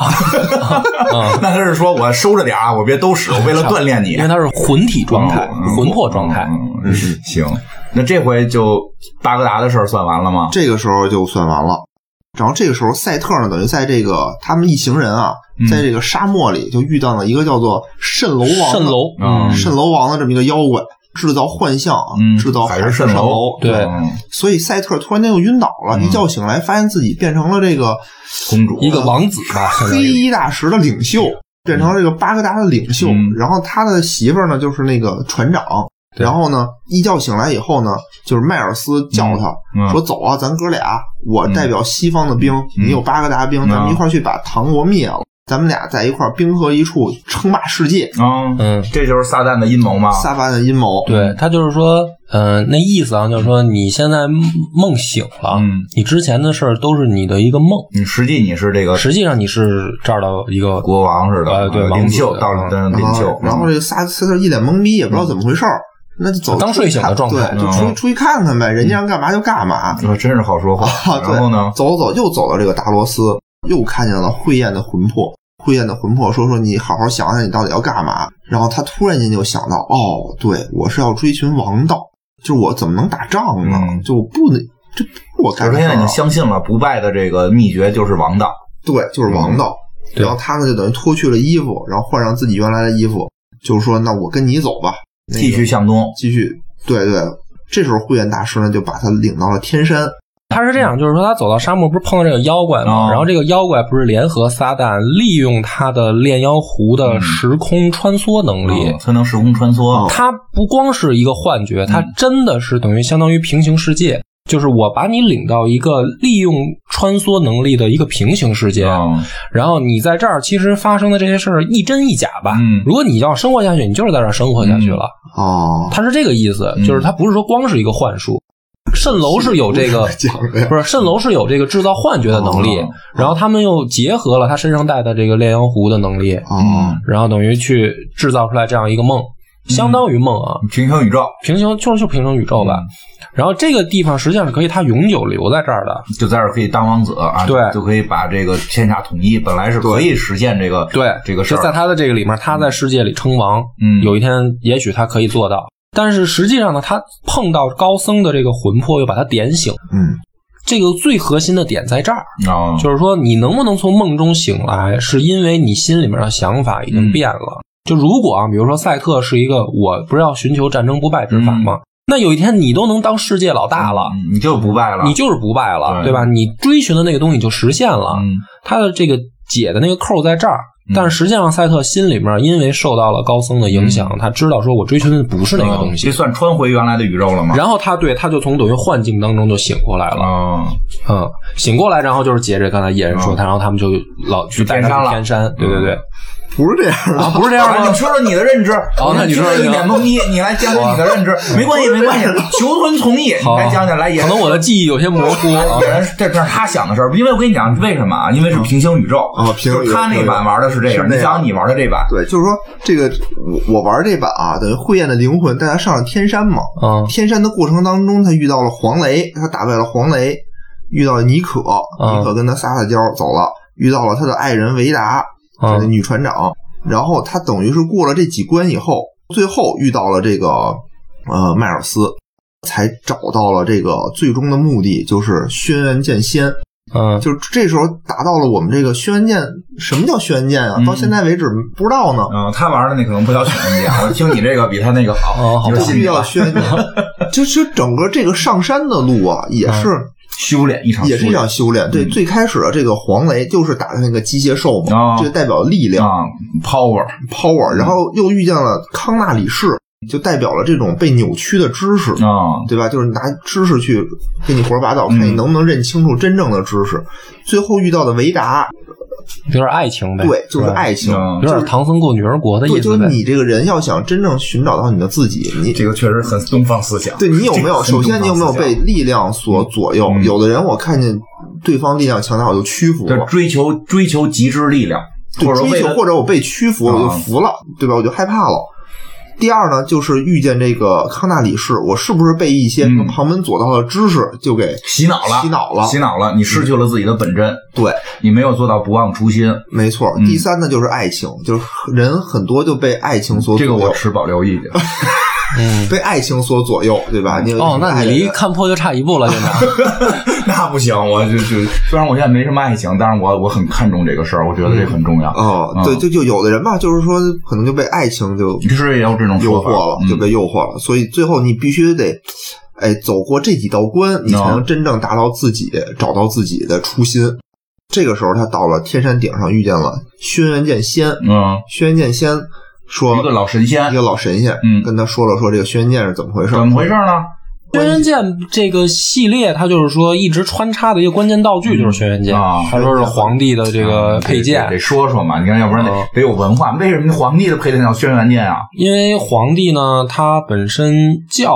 Speaker 2: 啊
Speaker 1: 那他是说我收着点啊，我别都使，我为了锻炼你哦
Speaker 2: 因为。他是魂体状态
Speaker 1: 嗯、
Speaker 2: 魂魄状态，
Speaker 1: 嗯嗯行。那这回就巴格达的事儿算完了吗？
Speaker 3: 这个时候就算完了。然后这个时候，赛特呢，等于在这个他们一行人啊，在这个沙漠里就遇到了一个叫做蜃楼王的
Speaker 2: 蜃楼
Speaker 1: 嗯
Speaker 3: 蜃楼王的这么一个妖怪，制造幻象啊，
Speaker 1: 嗯
Speaker 3: 制造海
Speaker 1: 海市
Speaker 3: 市
Speaker 1: 蜃
Speaker 3: 蜃
Speaker 1: 楼
Speaker 2: 对
Speaker 1: 嗯
Speaker 3: 所以赛特突然间又晕倒了，
Speaker 1: 嗯
Speaker 3: 一觉醒来，发现自己变成了这个呃
Speaker 1: 公主
Speaker 2: 一个王子吧，相当
Speaker 3: 黑
Speaker 2: 于
Speaker 3: 衣大石的领袖，变成了这个巴格达的领袖。
Speaker 1: 嗯
Speaker 3: 然后他的媳妇儿呢，就是那个船长。
Speaker 2: 对
Speaker 3: 然后呢，一觉醒来以后呢，就是迈尔斯叫他、
Speaker 1: 嗯
Speaker 3: 说：“走啊，咱哥俩，我代表西方的兵，你有巴格达兵，
Speaker 1: 嗯
Speaker 3: 咱们一块儿去把唐国灭了，咱们俩在一块儿兵合一处，称霸世界。
Speaker 1: 啊，
Speaker 2: 嗯，
Speaker 1: 这就是撒旦的阴谋吗？
Speaker 3: 撒旦的阴谋，
Speaker 2: 对
Speaker 1: 嗯
Speaker 2: 他就是说，呃，那意思啊，就是说你现在梦梦醒了，
Speaker 1: 嗯
Speaker 2: 你之前的事儿都是你的一个梦，
Speaker 1: 你实际你是这个
Speaker 2: 实际上你是这儿的一个
Speaker 1: 国王似的，
Speaker 2: 呃对
Speaker 1: 啊
Speaker 2: 王子
Speaker 1: 领袖
Speaker 2: 嗯
Speaker 1: 到了当
Speaker 3: 然
Speaker 1: 领
Speaker 3: 后
Speaker 1: 袖，嗯
Speaker 3: 然后这个萨斯特一脸懵逼，也不知道怎么回事儿，那就走
Speaker 2: 刚睡醒的状态
Speaker 3: 对，就出
Speaker 1: 嗯
Speaker 3: 去出去看看呗，人家让干嘛就干嘛。
Speaker 1: 这真是好说话。
Speaker 3: 啊，对
Speaker 1: 然后呢，
Speaker 3: 走走又走到这个达罗斯，又看见了慧燕的魂魄。慧燕的魂魄说：“说你好好想想，你到底要干嘛？”然后他突然间就想到，哦，对我是要追寻王道，就是我怎么能打仗呢？
Speaker 1: 嗯
Speaker 3: 就我不能，这不是我
Speaker 1: 就
Speaker 3: 干
Speaker 1: 是
Speaker 3: 的
Speaker 1: 他现
Speaker 3: 事
Speaker 1: 在已
Speaker 3: 儿
Speaker 1: 经
Speaker 3: 啊。
Speaker 1: 相信了不败的这个秘诀就是王道，
Speaker 3: 对，就是
Speaker 1: 嗯
Speaker 3: 王道。
Speaker 2: 对
Speaker 3: 然后他呢，就等于脱去了衣服，然后换上自己原来的衣服，就是说，那我跟你走吧，那个
Speaker 1: 继续向东。
Speaker 3: 继续。对对，这时候慧燕大师呢，就把他领到了天山。
Speaker 2: 他是这样，就是说他走到沙漠不是碰到这个妖怪
Speaker 1: 哦
Speaker 2: 吗？然后这个妖怪不是联合撒旦利用他的炼妖壶
Speaker 1: 嗯
Speaker 2: 的时空穿梭能力。
Speaker 1: 嗯，他能时空穿
Speaker 3: 哦
Speaker 1: 梭，
Speaker 2: 他不光是一个幻觉，
Speaker 1: 嗯
Speaker 2: 他真的是等于相当于平行世界，就是我把你领到一个利用穿梭能力的一个平行世界，
Speaker 1: 嗯
Speaker 2: 然后你在这儿其实发生的这些事儿一真一假吧。
Speaker 1: 嗯
Speaker 2: 如果你要生活下去，你就是在这儿生活下去了。
Speaker 3: 哦，，
Speaker 2: 他是这个意思，
Speaker 1: 嗯
Speaker 2: 就是他不是说光是一个幻术。蜃楼是有这
Speaker 1: <laughs>
Speaker 2: 个
Speaker 3: 讲的呀
Speaker 2: 不是蜃楼是有这个制造幻觉的能力
Speaker 1: 哦，
Speaker 2: 然后他们又结合了他身上带的这个炼阳壶的能力，
Speaker 3: 哦，
Speaker 1: 嗯
Speaker 2: 然后等于去制造出来这样一个梦，相当于梦啊，
Speaker 1: 平行宇宙
Speaker 2: 平行就是就平行宇宙吧。
Speaker 1: 嗯
Speaker 2: 然后这个地方实际上是可以他永久留在这儿的，
Speaker 1: 就在这儿可以当王子啊，
Speaker 2: 对
Speaker 1: 就可以把这个天下统一，本来是可以实现这个
Speaker 2: 对，
Speaker 1: 这个事
Speaker 2: 就在
Speaker 1: 儿，
Speaker 2: 他的这个里面，他在世界里称王，
Speaker 1: 嗯，
Speaker 2: 有一天也许他可以做到，但是实际上呢，他碰到高僧的这个魂魄又把他点醒，
Speaker 3: 嗯，
Speaker 2: 这个最核心的点在这儿。
Speaker 1: 啊，
Speaker 2: 就是说，你能不能从梦中醒来，是因为你心里面的想法已
Speaker 1: 嗯
Speaker 2: 经变了。就如果啊，比如说赛特是一个，我不是要寻求战争不败之法
Speaker 1: 嗯
Speaker 2: 吗？那有一天你都能当世界老大了，
Speaker 1: 嗯你就不败了，
Speaker 2: 你就是不败
Speaker 1: 对
Speaker 2: 了，对吧？你追寻的那个东西就实现了。
Speaker 1: 嗯
Speaker 2: 他的这个解的那个扣在这儿
Speaker 1: 嗯，
Speaker 2: 但是实际上赛特心里面因为受到了高僧的影响，他知道说我追寻的不是那个东
Speaker 1: 这
Speaker 2: 西。
Speaker 1: 算穿回原来的宇宙了吗？
Speaker 2: 然后他对他就从等于幻境当中就醒过来了，
Speaker 1: 啊，
Speaker 2: 嗯，醒过来，然后就是接着刚才野人说他，然后他们就老去带他去天山，对对对，
Speaker 3: 不是这样的，
Speaker 2: 啊，不是这样
Speaker 1: 啊，
Speaker 2: 吗
Speaker 1: 你？说说你的认知，
Speaker 2: 哦那你说
Speaker 1: 我
Speaker 2: 说
Speaker 1: 听着一脸懵逼，你来讲讲你的认知，没关系，没
Speaker 2: <laughs>
Speaker 1: 关系，求同存异，你
Speaker 2: 好
Speaker 1: 来讲讲，来也
Speaker 2: 可能我的记忆有些模糊啊
Speaker 1: 本。来是这这是他想的事儿，因为我跟你讲为什么啊？因
Speaker 2: 嗯
Speaker 1: 为是平行宇宙
Speaker 2: 哦
Speaker 3: 啊平行宇宙
Speaker 1: 就是他那版玩的是这
Speaker 3: 是
Speaker 1: 个，
Speaker 3: 那样
Speaker 1: 你想你玩的这版，
Speaker 3: <laughs> 对，就是说这个我我玩这版啊，等于慧燕的灵魂带他上了天山嘛。
Speaker 2: 嗯
Speaker 3: 天山的过程当中，他遇到了黄雷，他打败了黄雷，遇到了妮可，
Speaker 2: 嗯
Speaker 3: 妮可跟他撒撒娇走了，遇到了他的爱人维达，这个
Speaker 2: 嗯
Speaker 3: 女船长。然后他等于是过了这几关以后，最后遇到了这个呃迈尔斯，才找到了这个最终的目的，就是轩辕剑仙。
Speaker 2: 嗯，
Speaker 3: 就是这时候达到了我们这个轩辕剑，什么叫轩辕剑啊
Speaker 1: 嗯？
Speaker 3: 到现在为止不知道呢。
Speaker 1: 嗯，他玩的那可能不叫选人家，我听你这个比他那个好，
Speaker 2: 哦好
Speaker 1: 你
Speaker 2: 吧
Speaker 1: 就
Speaker 3: 必
Speaker 1: 信
Speaker 3: 须
Speaker 1: 你
Speaker 3: 要
Speaker 1: 吧。
Speaker 3: 轩辕剑，就就整个这个上山的路啊，也是
Speaker 1: 修炼一场，
Speaker 3: 也是一场修炼。对，
Speaker 1: 嗯
Speaker 3: 最开始的这个黄雷就是打的那个机械兽
Speaker 1: 哦
Speaker 3: 嘛，这个代表力量
Speaker 1: 啊，power，
Speaker 3: power，
Speaker 1: 嗯
Speaker 3: 然后又遇见了康纳里士，就代表了这种被扭曲的知识。
Speaker 1: 啊，
Speaker 3: 对吧？就是拿知识去跟你胡说八道，看
Speaker 1: 嗯
Speaker 3: 你能不能认清楚真正的知识。最后遇到的维达，
Speaker 2: 有点爱情呗，
Speaker 3: 对，就是爱情，
Speaker 1: 哎嗯
Speaker 2: 有点唐僧过女儿国的
Speaker 3: 对，
Speaker 2: 意
Speaker 3: 就
Speaker 2: 思呗
Speaker 3: 是。你这个人要想真正寻找到你的自己，你
Speaker 1: 这个确实很东方思想。
Speaker 3: 对你有没有？
Speaker 1: 这个
Speaker 3: 首
Speaker 1: 很
Speaker 3: 先，你有没有
Speaker 1: 东方
Speaker 3: 被
Speaker 1: 思想
Speaker 3: 力量所左右？
Speaker 1: 嗯
Speaker 3: 有的人我看见对方力量强大，我就屈服
Speaker 1: 就是
Speaker 3: 了，
Speaker 1: 追求追求极致力量，或
Speaker 3: 对
Speaker 1: 者说为
Speaker 3: 追求
Speaker 1: 了
Speaker 3: 或者我被屈服，我就
Speaker 1: 啊
Speaker 3: 服了，对吧？我就害怕了。第二呢，就是遇见这个康纳里士，我是不是被一些
Speaker 1: 嗯
Speaker 3: 旁门左道的知识就给
Speaker 1: 洗脑了，
Speaker 3: 洗脑了
Speaker 1: 洗脑了，你失去了自己的本真，
Speaker 3: 对？
Speaker 1: 你没有做到不忘初心。
Speaker 3: 没错。
Speaker 1: 嗯
Speaker 3: 第三呢，就是爱情，就是人很多就被爱情所左
Speaker 1: 这个我
Speaker 3: 右。 <laughs>
Speaker 1: 持保留意见。
Speaker 2: 嗯，
Speaker 3: 被爱情所左右，对吧？你
Speaker 2: 哦，那你离
Speaker 3: 离
Speaker 2: 看破就差一步了，现在。
Speaker 1: 那不行，我就就虽然我现在没什么爱情，但是我我很看重这个事儿，我觉得这很重要。
Speaker 3: 哦，
Speaker 1: 嗯
Speaker 3: 对，就就有的人吧，就是说可能就被爱情就
Speaker 1: 你是也有这种
Speaker 3: 诱
Speaker 1: 说
Speaker 3: 惑
Speaker 1: 法嗯
Speaker 3: 了，就被诱惑了，所以最后你必须得。哎，走过这几道关，
Speaker 1: 嗯
Speaker 3: 你才能真正达到自己，找到自己的初心。这个时候，他到了天山顶上，遇见了轩辕剑仙。
Speaker 1: 嗯，
Speaker 3: 轩辕剑仙说，
Speaker 1: 一个老神仙
Speaker 3: 一个老神仙，
Speaker 1: 嗯
Speaker 3: 跟他说了说这个轩辕剑是怎么回事
Speaker 1: 怎
Speaker 3: 儿。
Speaker 1: 么回事呢？
Speaker 2: 轩辕剑这个系列，它就是说一直穿插的一个关键道具就是轩辕剑
Speaker 1: 啊，
Speaker 2: 他说是皇帝的这个配
Speaker 1: 得得
Speaker 2: 件，
Speaker 1: 说说嘛，你看，要不然
Speaker 2: 嗯
Speaker 1: 得得有文化。为什么皇帝的配件叫轩辕剑啊？
Speaker 2: 因为皇帝呢他本身叫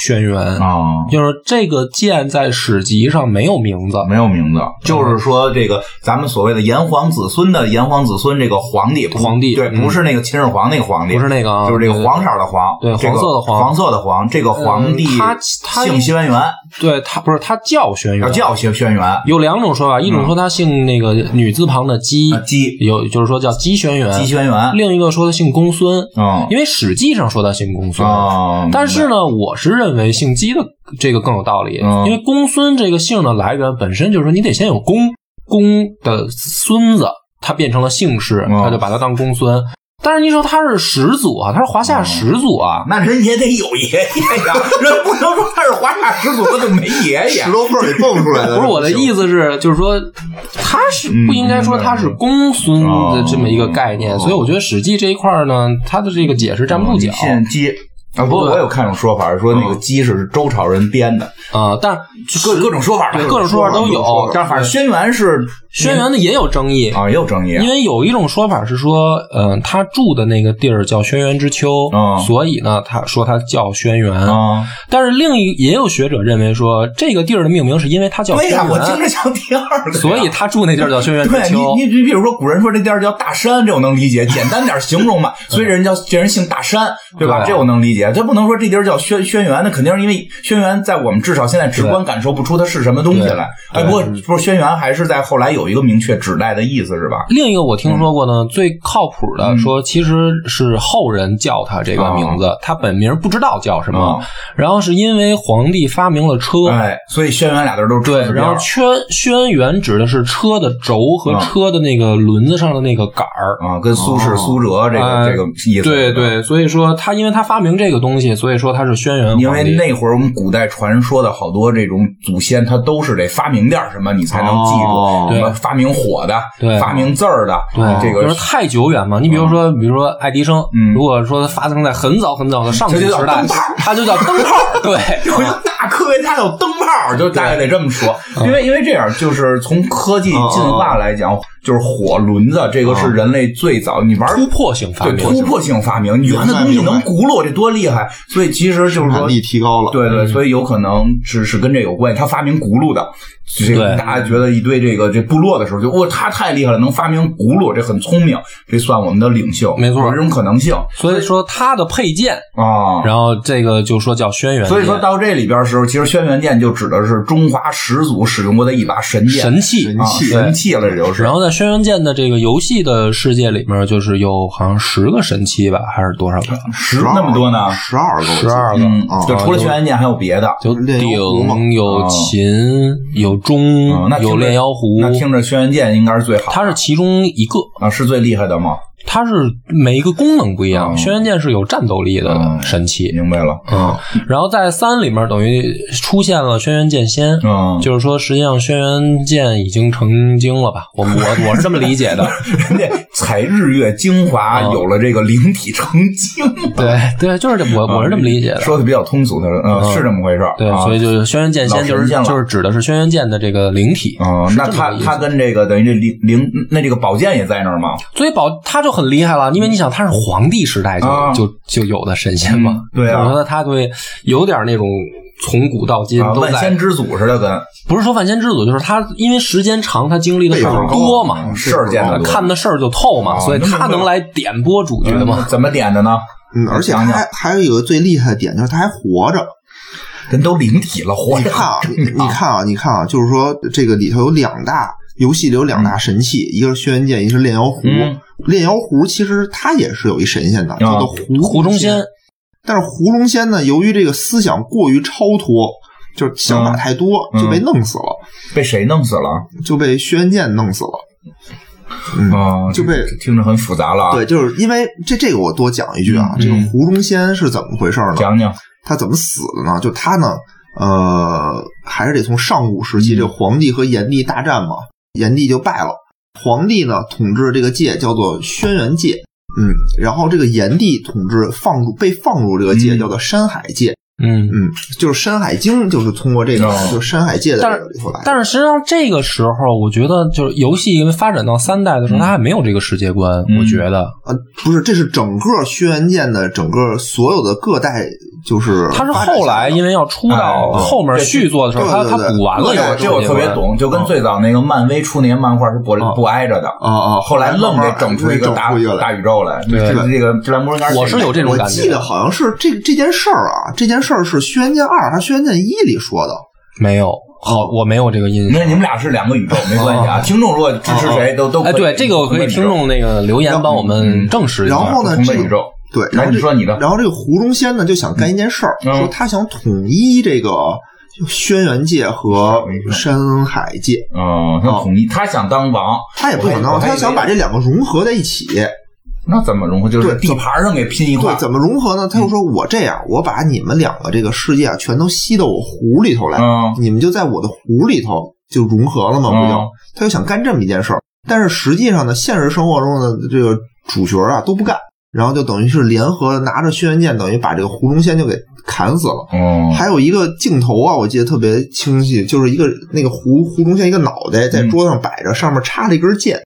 Speaker 2: 轩辕，
Speaker 1: 啊，
Speaker 2: 就是这个剑在史籍上没有名字，
Speaker 1: 没有名字，
Speaker 2: 嗯
Speaker 1: 就是说这个咱们所谓的炎黄子孙的炎黄子孙，这个皇帝不
Speaker 2: 皇帝
Speaker 1: 对，
Speaker 2: 嗯
Speaker 1: 不是那个秦始皇那个皇帝，
Speaker 2: 不是那个啊，
Speaker 1: 就是这个黄色的黄，
Speaker 2: 对
Speaker 1: 这个
Speaker 2: 黄色的黄
Speaker 1: 黄色的黄，这个皇帝
Speaker 2: 嗯他他嗯
Speaker 1: 姓轩辕，
Speaker 2: 对他不是他叫轩
Speaker 1: 要
Speaker 2: 辕，
Speaker 1: 啊叫轩轩辕，
Speaker 2: 有两种说法，一种说他姓那个女字旁的姬
Speaker 1: 啊，姬
Speaker 2: 有就是说叫姬轩
Speaker 1: 姬
Speaker 2: 辕，
Speaker 1: 轩辕，
Speaker 2: 另一个说他姓公孙，
Speaker 1: 嗯
Speaker 2: 因为史记上说他姓公孙，
Speaker 1: 嗯，
Speaker 2: 但是呢，我是认为姓姬的这个更有道理，
Speaker 1: 嗯
Speaker 2: 因为公孙这个姓的来源本身就是说你得先有公，公的孙子，他变成了姓氏，
Speaker 1: 嗯
Speaker 2: 他就把他当公孙。但是你说他是始祖啊，他是华
Speaker 1: 嗯
Speaker 2: 夏始祖啊，
Speaker 1: 那人也得有爷爷呀， <laughs> 人不能说他是华夏始祖，他就没爷爷
Speaker 3: 石。头缝儿给蹦出来的，
Speaker 2: 不是我的意思是，就是说他是
Speaker 1: 嗯
Speaker 2: 不应该说他是公孙的这么一个概念，
Speaker 1: 嗯
Speaker 2: 所以我觉得《史记》这一块儿呢，他的这个解释站不
Speaker 1: 你
Speaker 2: 住脚。
Speaker 1: 信姬啊，不过我有看种说法，说那个姬是周朝人编的，
Speaker 2: 啊、但
Speaker 1: 各各种说法吧，
Speaker 2: 对各种说法都
Speaker 3: 各种说
Speaker 2: 有
Speaker 3: 法，
Speaker 1: 但反正轩辕是
Speaker 2: 轩辕的也有争议
Speaker 1: 啊，也有争议
Speaker 2: 因。为有一种说法是说，嗯、他住的那个地儿叫轩辕之丘，
Speaker 1: 嗯
Speaker 2: 所以呢，他说他叫轩辕。
Speaker 1: 啊，
Speaker 2: 但是另一也有学者认为说，这个地儿的命名是因为他叫
Speaker 1: 对
Speaker 2: 轩
Speaker 1: 呀，
Speaker 2: 辕，
Speaker 1: 我听着像第二个呀，
Speaker 2: 所以他住那地儿叫轩辕
Speaker 1: 对
Speaker 2: 之丘。
Speaker 1: 你，你你比如说，古人说这地儿叫大山，这我能理解，简单点形容 <laughs> 嘛。所以人叫这人姓大山，对吧？
Speaker 2: 对
Speaker 1: 这我能理解。这不能说这地儿叫轩轩辕，那肯定是因为轩辕在我们至少现在直观感受不出它是什么东西来。哎，不过不是轩辕还是在后来有一个明确指代的意思是吧？
Speaker 2: 另一个我听说过呢，最靠谱
Speaker 1: 嗯
Speaker 2: 的说其实是后人叫他这个名字，他本名不知道叫什么
Speaker 1: 啊，
Speaker 2: 然后是因为皇帝发明了车，
Speaker 1: 哎，所以轩辕俩字儿都是
Speaker 2: 对，
Speaker 1: 指标
Speaker 2: 然后圈轩辕指的是车的轴和
Speaker 1: 嗯
Speaker 2: 车的那个轮子上的那个杆儿，
Speaker 1: 啊，跟苏轼、
Speaker 3: 哦
Speaker 1: 苏辙这个
Speaker 2: 哎
Speaker 1: 这个意思。啊
Speaker 2: 对。对，所以说他因为他发明这个东西，所以说他是轩辕皇帝。
Speaker 1: 因为那会儿我们古代传说的好多这种祖先，他都是得发明点儿什么，你才能记
Speaker 3: 哦
Speaker 1: 住。什么
Speaker 2: 对
Speaker 1: 发明火的，
Speaker 2: 对
Speaker 1: 发明字儿的，
Speaker 2: 对
Speaker 1: 这
Speaker 2: 就
Speaker 1: 个
Speaker 2: 是太久远嘛。你比如说，比如说爱迪生，
Speaker 1: 嗯
Speaker 2: 如果说发生在很早很早的上古
Speaker 1: 这就叫
Speaker 2: 时代
Speaker 1: 灯泡，
Speaker 2: 他就叫灯泡。
Speaker 1: <laughs>
Speaker 2: 对，
Speaker 1: 有一个大科学家有灯泡，就大概得这么说。
Speaker 2: 嗯
Speaker 1: 因为因为这样，就是从科技进化来讲，就是火轮子这个是人类最早你玩
Speaker 2: 嗯突破性发
Speaker 1: 对
Speaker 2: 明。
Speaker 1: 突破性发明，圆的东西能轱辘，这多厉害！所以其实就是
Speaker 3: 能
Speaker 1: 说
Speaker 3: 力。提高了。
Speaker 1: 对
Speaker 2: 嗯
Speaker 1: 对，所以有可能是是跟这有关系。他发明轱辘的，这个
Speaker 2: 对
Speaker 1: 大家觉得一堆这个这部落的时候，就哇，他太厉害了，能发明轱辘，这很聪明，这算我们的领袖，
Speaker 2: 没错
Speaker 1: 有这种可能性
Speaker 2: 所以说他的配件，
Speaker 1: 啊。
Speaker 2: 然后这个就说叫轩辕。
Speaker 1: 所以说到这里边的时候，其实轩辕剑就指的是中华始祖使用过的一把神剑、
Speaker 2: 神器。
Speaker 3: 神
Speaker 1: 啊
Speaker 3: 器
Speaker 1: 神器了，这就是。
Speaker 2: 然后在轩辕剑的这个游戏的世界里面，就是有好像十个神器吧，还是多少个？
Speaker 1: 十那么多呢？
Speaker 3: 十二个，
Speaker 2: 十二个。
Speaker 1: 嗯
Speaker 3: 啊，
Speaker 1: 就
Speaker 2: 哦
Speaker 1: 除了轩辕剑还有别的。
Speaker 2: 有
Speaker 3: 炼
Speaker 2: 鼎
Speaker 3: 妖壶嘛、
Speaker 2: 有
Speaker 1: 啊
Speaker 2: 琴、有钟
Speaker 1: 嗯，那、听着
Speaker 2: 有炼妖壶
Speaker 1: 那，听着轩辕剑应该是最好的，
Speaker 2: 它是其中一个。
Speaker 1: 啊是最厉害的吗？
Speaker 2: 它是每一个功能不一样，
Speaker 1: 嗯
Speaker 2: 轩辕剑是有战斗力的
Speaker 1: 嗯
Speaker 2: 神器，
Speaker 1: 明白了，
Speaker 2: 嗯，然后在三里面等于出现了轩辕剑仙，
Speaker 1: 嗯，
Speaker 2: 就是说实际上轩辕剑已经成精了吧？我我我是这么
Speaker 1: <laughs>
Speaker 2: 理解的，
Speaker 1: 人家采日月精华，
Speaker 2: 嗯
Speaker 1: 有了这个灵体成精，
Speaker 2: 对对，就是这我我是这么理解的，
Speaker 1: <laughs> 说的比较通俗，他说嗯是这么回事儿，
Speaker 2: 对，
Speaker 1: 啊
Speaker 2: 所以就是轩辕剑仙就
Speaker 1: 老神
Speaker 2: 是
Speaker 1: 仙了
Speaker 2: 就是指的是轩辕剑的这个灵体，
Speaker 1: 哦，
Speaker 2: 是
Speaker 1: 那
Speaker 2: 这么
Speaker 1: 他
Speaker 2: 个意思
Speaker 1: 他跟这个等于这灵灵，那这个宝剑也在那儿吗？
Speaker 2: 所以宝他就很厉害了，因为你想他是皇帝时代就、
Speaker 1: 啊
Speaker 2: 就就有的神仙嘛
Speaker 1: 嗯，对啊
Speaker 2: 我觉得他对有点那种从古到今
Speaker 1: 啊
Speaker 2: 都
Speaker 1: 万
Speaker 2: 在嗯
Speaker 1: 仙之祖似的，跟
Speaker 2: 不是说万千之祖，就是他因为时间长，他经历的事儿多嘛，
Speaker 1: 啊嗯事儿见得多，
Speaker 2: 看的事儿就透嘛，
Speaker 1: 啊
Speaker 2: 所以他能来点拨主角嘛
Speaker 1: 嗯。怎么点的呢？
Speaker 3: 嗯，而且他
Speaker 1: 讲讲
Speaker 3: 还还有一个最厉害的点，就是他还活着。
Speaker 1: 人都灵体了，活
Speaker 3: 你
Speaker 1: 着
Speaker 3: 看啊，你你看啊，你看啊，就是说这个里头有两大游戏里有两大神器，一个是轩辕剑，一个是炼妖壶
Speaker 1: 嗯。
Speaker 3: 炼妖壶其实它也是有一神仙的，叫
Speaker 1: 啊
Speaker 3: 做壶
Speaker 2: 胡中
Speaker 3: 仙
Speaker 2: 仙。
Speaker 3: 但是胡龙先呢，由于这个思想过于超脱，就是想法太多，
Speaker 1: 嗯
Speaker 3: 就被弄死了，
Speaker 1: 被谁弄死了？
Speaker 3: 就被轩辕剑弄死了。嗯，
Speaker 1: 啊，
Speaker 3: 就被
Speaker 1: 这听着很复杂了啊。
Speaker 3: 对，就是因为这这个我多讲一句啊，
Speaker 1: 嗯
Speaker 3: 这个胡宗宪是怎么回事呢？
Speaker 1: 讲讲，
Speaker 3: 他怎么死的呢？就他呢，呃，还是得从上古时
Speaker 1: 嗯
Speaker 3: 期这皇帝和炎帝大战嘛，炎帝就败了，皇帝呢统治这个界叫做轩辕界，嗯，然后这个炎帝统治放入被放入这个界
Speaker 1: 嗯
Speaker 3: 叫做山海界，
Speaker 2: 嗯，
Speaker 3: 嗯，就是《山海经》就是通过这个
Speaker 1: 哦
Speaker 3: 就山海界的
Speaker 2: 但
Speaker 3: 这
Speaker 2: 是
Speaker 3: 个里头来的。
Speaker 2: 但是实际上这个时候，我觉得就是游戏因为发展到三代的时候，
Speaker 1: 嗯
Speaker 2: 它还没有这个世界观，
Speaker 1: 嗯
Speaker 2: 我觉得
Speaker 3: 呃，不是，这是整个轩辕剑的整个所有的各代，就是
Speaker 2: 它是
Speaker 3: 发展
Speaker 2: 后
Speaker 3: 下
Speaker 2: 来因为要出到
Speaker 1: 哎
Speaker 2: 后面
Speaker 1: 对
Speaker 2: 续作的时候，
Speaker 3: 对
Speaker 2: 它
Speaker 3: 对
Speaker 2: 它
Speaker 3: 对
Speaker 2: 补完了
Speaker 1: 这
Speaker 2: 有
Speaker 1: 我
Speaker 2: 个世界
Speaker 1: 这我特别
Speaker 2: 观
Speaker 1: 懂，就跟最早那个漫威出那些漫画是不
Speaker 3: 嗯
Speaker 1: 不挨着的，
Speaker 3: 啊啊，
Speaker 1: 后来愣给整出一个大
Speaker 3: 慢慢哎整出一个来
Speaker 1: 大宇宙来。
Speaker 2: 对
Speaker 1: 这个这个这兰博应该
Speaker 2: 我是有这种
Speaker 3: 我
Speaker 2: 感
Speaker 3: 记
Speaker 2: 觉
Speaker 3: 得，好像是这这件事儿啊，这件事儿是《轩辕剑二》还是《轩辕剑一》里说的？
Speaker 2: 没有，
Speaker 1: 哦
Speaker 2: 好，我没有这个印
Speaker 1: 因
Speaker 2: 象。
Speaker 1: 为你们俩是两个宇宙，没关系啊。听众如果支持谁都都可
Speaker 2: 哦哎，
Speaker 1: 以
Speaker 2: 对，这个我可以听众那个留言帮我
Speaker 1: 嗯
Speaker 2: 们证实一下。
Speaker 3: 然后呢
Speaker 1: 同个
Speaker 3: 这个
Speaker 1: 宇宙。
Speaker 3: 对，然
Speaker 1: 来，
Speaker 3: 后
Speaker 1: 你
Speaker 3: 这
Speaker 1: 说你的，
Speaker 3: 然后这个胡宗宪呢就想干一件事儿，
Speaker 1: 嗯
Speaker 3: 说他想统一这个轩辕界和山海界，
Speaker 1: 嗯，
Speaker 3: 哦
Speaker 1: 他统一，他想当王，
Speaker 3: 他也不想
Speaker 1: 我
Speaker 3: 当，
Speaker 1: 还以为
Speaker 3: 他想把这两个融合在一起。
Speaker 1: 那怎么融合？就是
Speaker 3: 对
Speaker 1: 地盘上给拼一块
Speaker 3: 对，，怎么融合呢？他就说我这样，我把你们两个这个世界啊全都吸到我湖里头来，
Speaker 1: 嗯
Speaker 3: 你们就在我的湖里头就融合了嘛，不就？
Speaker 1: 嗯
Speaker 3: 他就想干这么一件事儿，但是实际上呢，现实生活中的这个主角啊都不干，然后就等于是联合拿着轩辕剑，等于把这个胡宗宪就给砍死了。
Speaker 2: 嗯
Speaker 1: 哦，
Speaker 3: 还有一个镜头啊，我记得特别清晰，就是一个那个胡胡宗宪一个脑袋
Speaker 2: 嗯
Speaker 3: 在桌上摆着，上面插了一根剑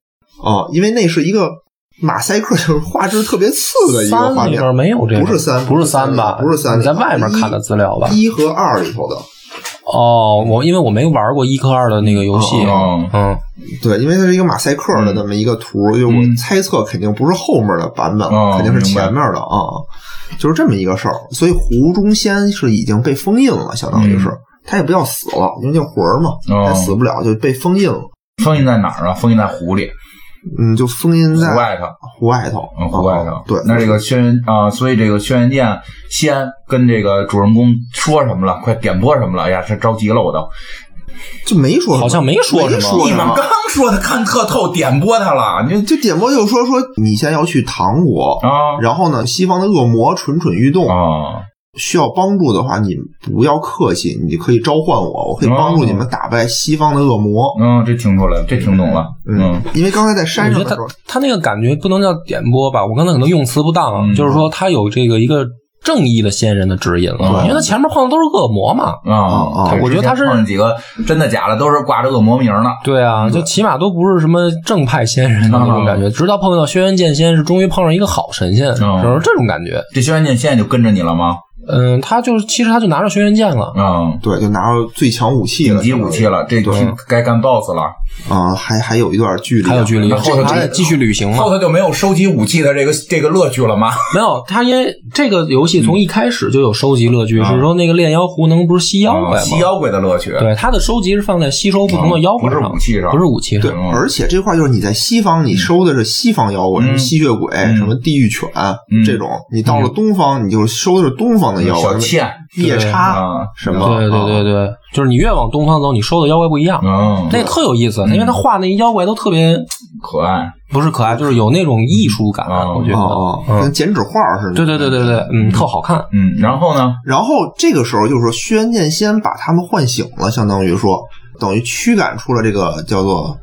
Speaker 3: 啊、因为那是一个马赛克，就是画质特别次的一个画
Speaker 2: 三里
Speaker 3: 面。
Speaker 2: 边没有这个，
Speaker 3: 不是三
Speaker 2: 不是三吧？
Speaker 3: 不是三啊
Speaker 2: 你在外面看的资料吧？
Speaker 3: 一和二里头的，
Speaker 2: 哦，我因为我没玩过一和二的那个游戏，
Speaker 1: 哦
Speaker 2: 嗯，
Speaker 3: 对，因为它是一个马赛克的
Speaker 1: 嗯
Speaker 3: 那么一个图，就我猜测肯定不是后面的版本，
Speaker 1: 哦
Speaker 3: 肯定是
Speaker 1: 明白
Speaker 3: 前面的啊，就是这么一个事儿。所以胡宗宪是已经被封印了，相当于是、他也不叫死了，因为这魂儿嘛，
Speaker 1: 嗯哦
Speaker 3: 他死不了就被封印了，
Speaker 1: 封印在哪儿啊？封印在湖里，
Speaker 3: 嗯，就封印
Speaker 1: 湖
Speaker 3: 在
Speaker 1: 外头，
Speaker 3: 湖外头，
Speaker 1: 嗯，湖外头
Speaker 3: 啊。对，
Speaker 1: 那这个轩辕啊，所以这个轩辕剑先跟这个主人公说什么了？快点播什么了？哎呀，这着急了，我都。
Speaker 3: 就没说什么，
Speaker 2: 好像没说什么
Speaker 3: 没说
Speaker 1: 你
Speaker 3: 什
Speaker 1: 们
Speaker 3: 么
Speaker 1: 刚说他看特透，点播他了，你
Speaker 3: 就点播就说说你先要去唐国，
Speaker 1: 啊
Speaker 3: 然后呢，西方的恶魔蠢蠢欲动，
Speaker 1: 啊，
Speaker 3: 需要帮助的话，你不要客气，你可以召唤我，我可以帮助你们打败西方的恶魔。
Speaker 1: 嗯，这听出来了，这听懂了，嗯，
Speaker 3: 因为刚才在山
Speaker 2: 我嗯
Speaker 3: 上
Speaker 2: 觉
Speaker 3: 的时
Speaker 2: 得
Speaker 3: 候
Speaker 2: 他，他那个感觉不能叫点播吧，我刚才可能用词不当啊，
Speaker 1: 嗯
Speaker 2: 就是说他有这个一个正义的仙人的指引了，
Speaker 1: 对
Speaker 2: 因为他前面碰的都是恶魔嘛。
Speaker 1: 啊
Speaker 3: 啊
Speaker 1: 对
Speaker 2: 我觉得他是
Speaker 1: 之前碰上几个真的假的，都是挂着恶魔名呢。
Speaker 2: 对啊，就起码都不是什么正派仙人的那种感觉，啊直到碰到轩辕剑仙是终于碰上一个好神仙，
Speaker 1: 嗯
Speaker 2: 就是这种感觉。
Speaker 1: 这轩辕剑现在就跟着你了吗？
Speaker 2: 嗯，他就是其实他就拿着轩辕剑了，
Speaker 1: 嗯，
Speaker 3: 对，就拿着最强武器
Speaker 1: 顶
Speaker 3: 了，
Speaker 1: 级武器了，这
Speaker 3: 对
Speaker 1: 就该干 BOSS 了。
Speaker 3: 啊，还还有一段距离，
Speaker 2: 还有距离，
Speaker 1: 然后
Speaker 2: 后头
Speaker 1: 这
Speaker 2: 还得继续旅
Speaker 3: 嗯
Speaker 2: 行嘛
Speaker 1: 后。头就没有收集武器的这个这个乐趣了吗？
Speaker 2: 没有，他因为这个游戏从一开始就有收集乐趣，
Speaker 1: 嗯
Speaker 2: 是说那个炼妖狐能不是嗯吸妖怪吗？
Speaker 1: 啊吸妖怪的乐趣，
Speaker 2: 对，它的收集是放在吸收不同的妖怪
Speaker 1: 不是
Speaker 2: 上，
Speaker 1: 武器上
Speaker 2: 不是武器
Speaker 3: 对
Speaker 2: 上。
Speaker 1: 嗯，
Speaker 3: 而且这块就是你在西方，你收的是西方妖怪，
Speaker 1: 嗯
Speaker 3: 什么吸血鬼、什么地狱犬
Speaker 1: 嗯
Speaker 3: 这种；你到了东方，你就收的是东方的妖
Speaker 1: 小
Speaker 3: 怪，什么
Speaker 1: 倩
Speaker 3: 夜叉
Speaker 1: 啊，
Speaker 3: 什么。
Speaker 2: 嗯对嗯对对
Speaker 3: 啊，
Speaker 2: 对，就是你越往东方走，你收的妖怪不一样，
Speaker 1: 嗯，
Speaker 2: 那特有意思，因为他画那妖怪都特别
Speaker 1: 可爱，
Speaker 2: 不是可爱，就是有那种艺术感，
Speaker 1: 嗯
Speaker 2: 我觉得。
Speaker 3: 哦哦，跟剪纸画似的。
Speaker 2: 对对对对对，嗯，特好看。
Speaker 1: 嗯，然后呢？
Speaker 3: 然后这个时候就是说，轩辕剑仙把他们唤醒了，相当于说，等于驱赶出了这个叫做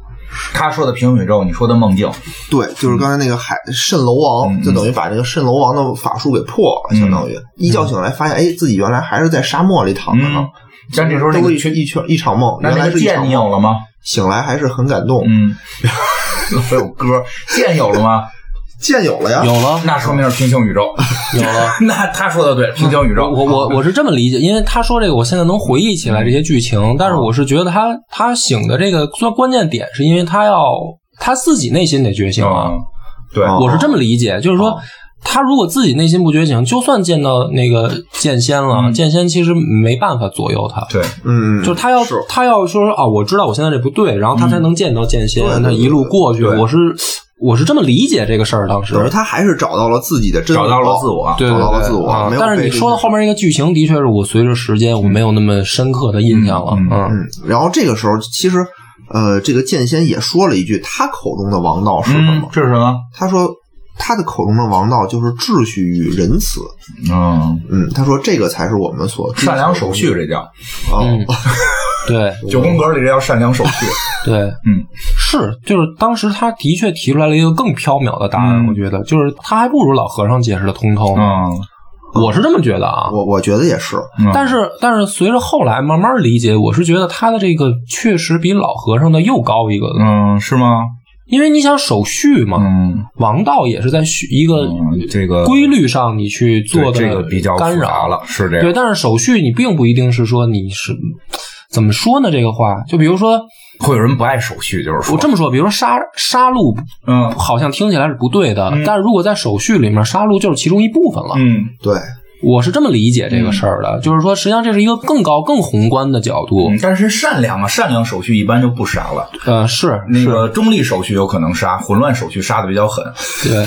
Speaker 1: 他说的平行宇宙，你说的梦境，
Speaker 3: 对，就是刚才那个海蜃楼王，
Speaker 1: 嗯
Speaker 3: 就等于把这个蜃楼王的法术给破了，
Speaker 1: 嗯
Speaker 3: 相当于一觉醒来发现，哎，自己原来还是在沙漠里躺着呢
Speaker 1: 嗯。，像这时候那
Speaker 3: 都
Speaker 1: 个
Speaker 3: 是一圈一圈一场梦，
Speaker 1: 那
Speaker 3: 原
Speaker 1: 那
Speaker 3: 来
Speaker 1: 个
Speaker 3: 是一
Speaker 1: 剑
Speaker 3: 场
Speaker 1: 你有
Speaker 3: 梦，
Speaker 1: 了吗？
Speaker 3: 醒来还是很感动。 <laughs>
Speaker 1: 嗯，还有歌，剑有了吗？
Speaker 3: 剑有了呀，
Speaker 2: 有了，
Speaker 1: 那说明是平行宇宙，
Speaker 2: 有了。
Speaker 1: <laughs> 那他说的对，平行宇宙，嗯
Speaker 2: 我我我是这么理解，因为他说这个，我现在能回忆起来这些剧情，但是我是觉得他他醒的这个最关键点，是因为他要他自己内心得觉醒啊。
Speaker 1: 嗯，对，
Speaker 3: 哦
Speaker 2: 我是这么理解，就是说，他如果自己内心不觉醒，就算见到那个剑仙了，
Speaker 1: 嗯
Speaker 2: 剑仙其实没办法左右他，
Speaker 1: 对，
Speaker 3: 嗯，
Speaker 2: 就是他要他要说啊，我知道我现在这不对，然后他才能见到剑仙，
Speaker 3: 对对
Speaker 2: 他一路过去。
Speaker 3: 对
Speaker 2: 我是我是这么理解这个事儿，当时
Speaker 3: 等于他还是找到了自己的真
Speaker 1: 找到了自我
Speaker 2: 哦对
Speaker 3: 找到了
Speaker 2: 对
Speaker 3: 自我
Speaker 2: 啊
Speaker 3: 没有
Speaker 2: 但是
Speaker 3: 被
Speaker 2: 你
Speaker 3: 这
Speaker 2: 说到
Speaker 3: 些
Speaker 2: 后面那个剧情，的确是我随着时间我没有那么深刻的印象了
Speaker 1: 嗯。
Speaker 2: 嗯，
Speaker 3: 嗯，然后这个时候其实，呃，这个剑仙也说了一句他口中的王道是什么？
Speaker 1: 嗯，这是什么？
Speaker 3: 他说他的口中的王道就是秩序与仁慈。
Speaker 1: 嗯，
Speaker 3: 嗯，他说这个才是我们所
Speaker 1: 善良守序这叫
Speaker 3: 啊、
Speaker 2: 嗯对
Speaker 1: 九宫格里这叫善良守序。
Speaker 2: 对，
Speaker 1: 嗯，
Speaker 2: 是，就是当时他的确提出来了一个更缥缈的答案，
Speaker 1: 嗯
Speaker 2: 我觉得就是他还不如老和尚解释的通透呢。
Speaker 1: 嗯，
Speaker 2: 我是这么觉得啊。
Speaker 3: 我我觉得也是，
Speaker 1: 嗯
Speaker 2: 但是，但是随着后来慢慢理解，我是觉得他的这个确实比老和尚的又高一个，
Speaker 1: 嗯是吗？
Speaker 2: 因为你想守序嘛，
Speaker 1: 嗯，
Speaker 2: 王道也是在序一个
Speaker 1: 嗯这个
Speaker 2: 规律上你去做的
Speaker 1: 对这个比较
Speaker 2: 干
Speaker 1: 复杂
Speaker 2: 扰
Speaker 1: 了，是这
Speaker 2: 对，
Speaker 1: 样。
Speaker 2: 但是手续你并不一定是说你是怎么说呢？这个话，就比如说
Speaker 1: 会有人不爱手续，就是说
Speaker 2: 我这么说，比如说杀杀戮，
Speaker 1: 嗯
Speaker 2: 好像听起来是不对的，
Speaker 1: 嗯
Speaker 2: 但是如果在手续里面，杀戮就是其中一部分了。
Speaker 1: 嗯
Speaker 3: 对，
Speaker 2: 我是这么理解这个事儿的，就是说，实际上这是一个更高、更宏观的角度。
Speaker 1: 嗯，但是善良啊，善良手续一般就不杀了。
Speaker 2: 呃，是
Speaker 1: 那个中立手续有可能杀，混乱手续杀的比较狠。 <laughs>
Speaker 2: 对，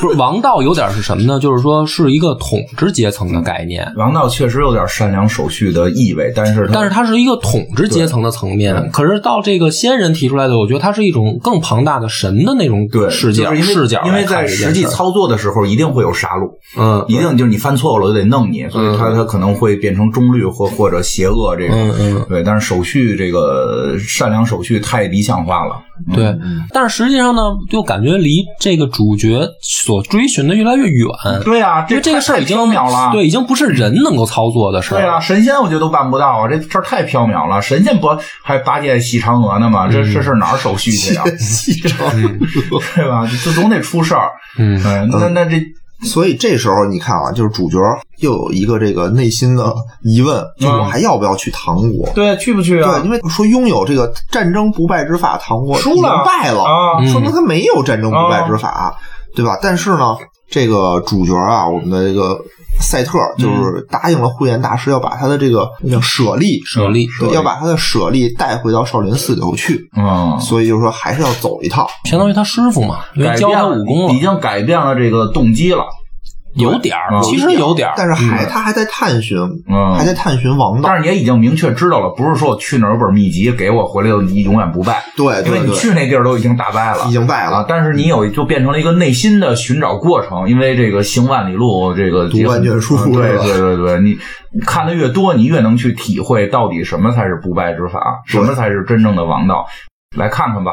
Speaker 2: 不是王道有点是什么呢？就是说是一个统治阶层的概念，
Speaker 1: 王道确实有点善良手续的意味，但是他
Speaker 2: 但是它是一个统治阶层的层面。可是到这个仙人提出来的，我觉得它是一种更庞大的神的那种
Speaker 1: 对
Speaker 2: 视角
Speaker 1: 就是因为
Speaker 2: 视角
Speaker 1: 因为
Speaker 2: 来看
Speaker 1: 在
Speaker 2: 这件
Speaker 1: 实际
Speaker 2: 事儿
Speaker 1: 操作的时候一定会有杀戮，
Speaker 2: 嗯
Speaker 1: 一定就是你犯错误了就得弄你，所以他他可能会变成中律或或者邪恶这种。
Speaker 2: 嗯嗯，
Speaker 1: 对，但是手续这个善良手续太理想化了。
Speaker 2: 对。
Speaker 1: 嗯
Speaker 2: 但是实际上呢，就感觉离这个主角所追寻的越来越远，
Speaker 1: 对啊，
Speaker 2: 嗯因为这个
Speaker 1: 太
Speaker 2: 事儿已经
Speaker 1: 太缥缈了。啊
Speaker 2: 对，已经不是人能够操作的事儿
Speaker 1: 对
Speaker 2: 了。
Speaker 1: 啊，神仙我觉得都办不到啊，这事儿太缥缈了。神仙不还八戒洗嫦娥呢吗？这
Speaker 2: 嗯
Speaker 1: 这事儿哪儿手续去啊？对吧？这总得出事儿。
Speaker 2: 嗯，
Speaker 1: 嗯，那那这
Speaker 3: <laughs> 所以这时候你看啊，就是主角又有一个这个内心的疑问，就我还要不要去唐国？
Speaker 1: 嗯对去不去啊
Speaker 3: 对，？因为说拥有这个战争不败之法，唐国
Speaker 1: 输
Speaker 3: 已经
Speaker 1: 了
Speaker 3: 败了，
Speaker 1: 啊，
Speaker 2: 嗯哦
Speaker 3: 说明他没有战争不败之法，对吧？但是呢，这个主角啊，我们的这个赛特
Speaker 2: 嗯
Speaker 3: 就是答应了慧眼大师，要把他的这个那叫舍利，
Speaker 2: 舍利
Speaker 3: 对，要把他的舍利带回到少林寺里头去。
Speaker 2: 哦
Speaker 1: 嗯，
Speaker 3: 所以就是说，还是要走一趟。
Speaker 2: 相当于他师傅嘛，因为
Speaker 1: 改
Speaker 2: 教
Speaker 1: 变
Speaker 2: 他
Speaker 1: 了
Speaker 2: 武功
Speaker 1: 已
Speaker 2: 了，
Speaker 1: 经改变了这个动机了。
Speaker 2: 有点儿，
Speaker 1: 嗯
Speaker 2: 其实有点儿，哦
Speaker 3: 但是还他还在探寻，
Speaker 1: 嗯
Speaker 3: 还在探寻王道。
Speaker 1: 但是也已经明确知道了，不是说我去哪儿有本秘籍给我回来就你永远不败，
Speaker 3: 对
Speaker 1: 因为
Speaker 3: 对
Speaker 1: 你
Speaker 3: 对，
Speaker 1: 去那地儿都已经打败了，
Speaker 3: 已经败
Speaker 1: 啊
Speaker 2: 嗯
Speaker 3: 了，，
Speaker 1: 但是你有就变成了一个内心的寻找过程，因为这个行万里路，这个
Speaker 3: 读万卷书
Speaker 1: 嗯对
Speaker 3: 是吧
Speaker 1: 对对对，你你看的越多，你越能去体会到底什么才是不败之法，什
Speaker 3: 对
Speaker 1: 么才是真正的王道。来看看吧，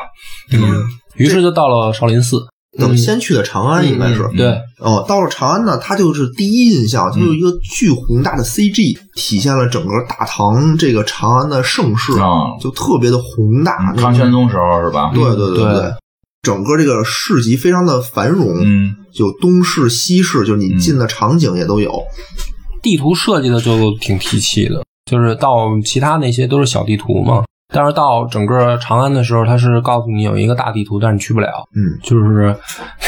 Speaker 2: 嗯，于是就到了少林寺，
Speaker 3: 等先去的长安应该是。
Speaker 2: 嗯对，
Speaker 3: 哦，到了长安呢，它就是第一印象，
Speaker 1: 嗯
Speaker 3: 它有一个巨宏大的 CG，体现了整个大唐这个长安的盛世，
Speaker 1: 啊，嗯
Speaker 3: 就特别的宏大。那
Speaker 1: 唐
Speaker 3: 种
Speaker 1: 玄宗时候是吧？
Speaker 3: 对对
Speaker 2: 对
Speaker 3: 对，整个这个市集非常的繁荣，
Speaker 1: 嗯，
Speaker 3: 就东市西市，就是你进的场景也都有。
Speaker 2: 地图设计的就挺提气的，就是到其他那些都是小地图嘛，但是到整个长安的时候，它是告诉你有一个大地图，但是你去不了。
Speaker 3: 嗯，
Speaker 2: 就是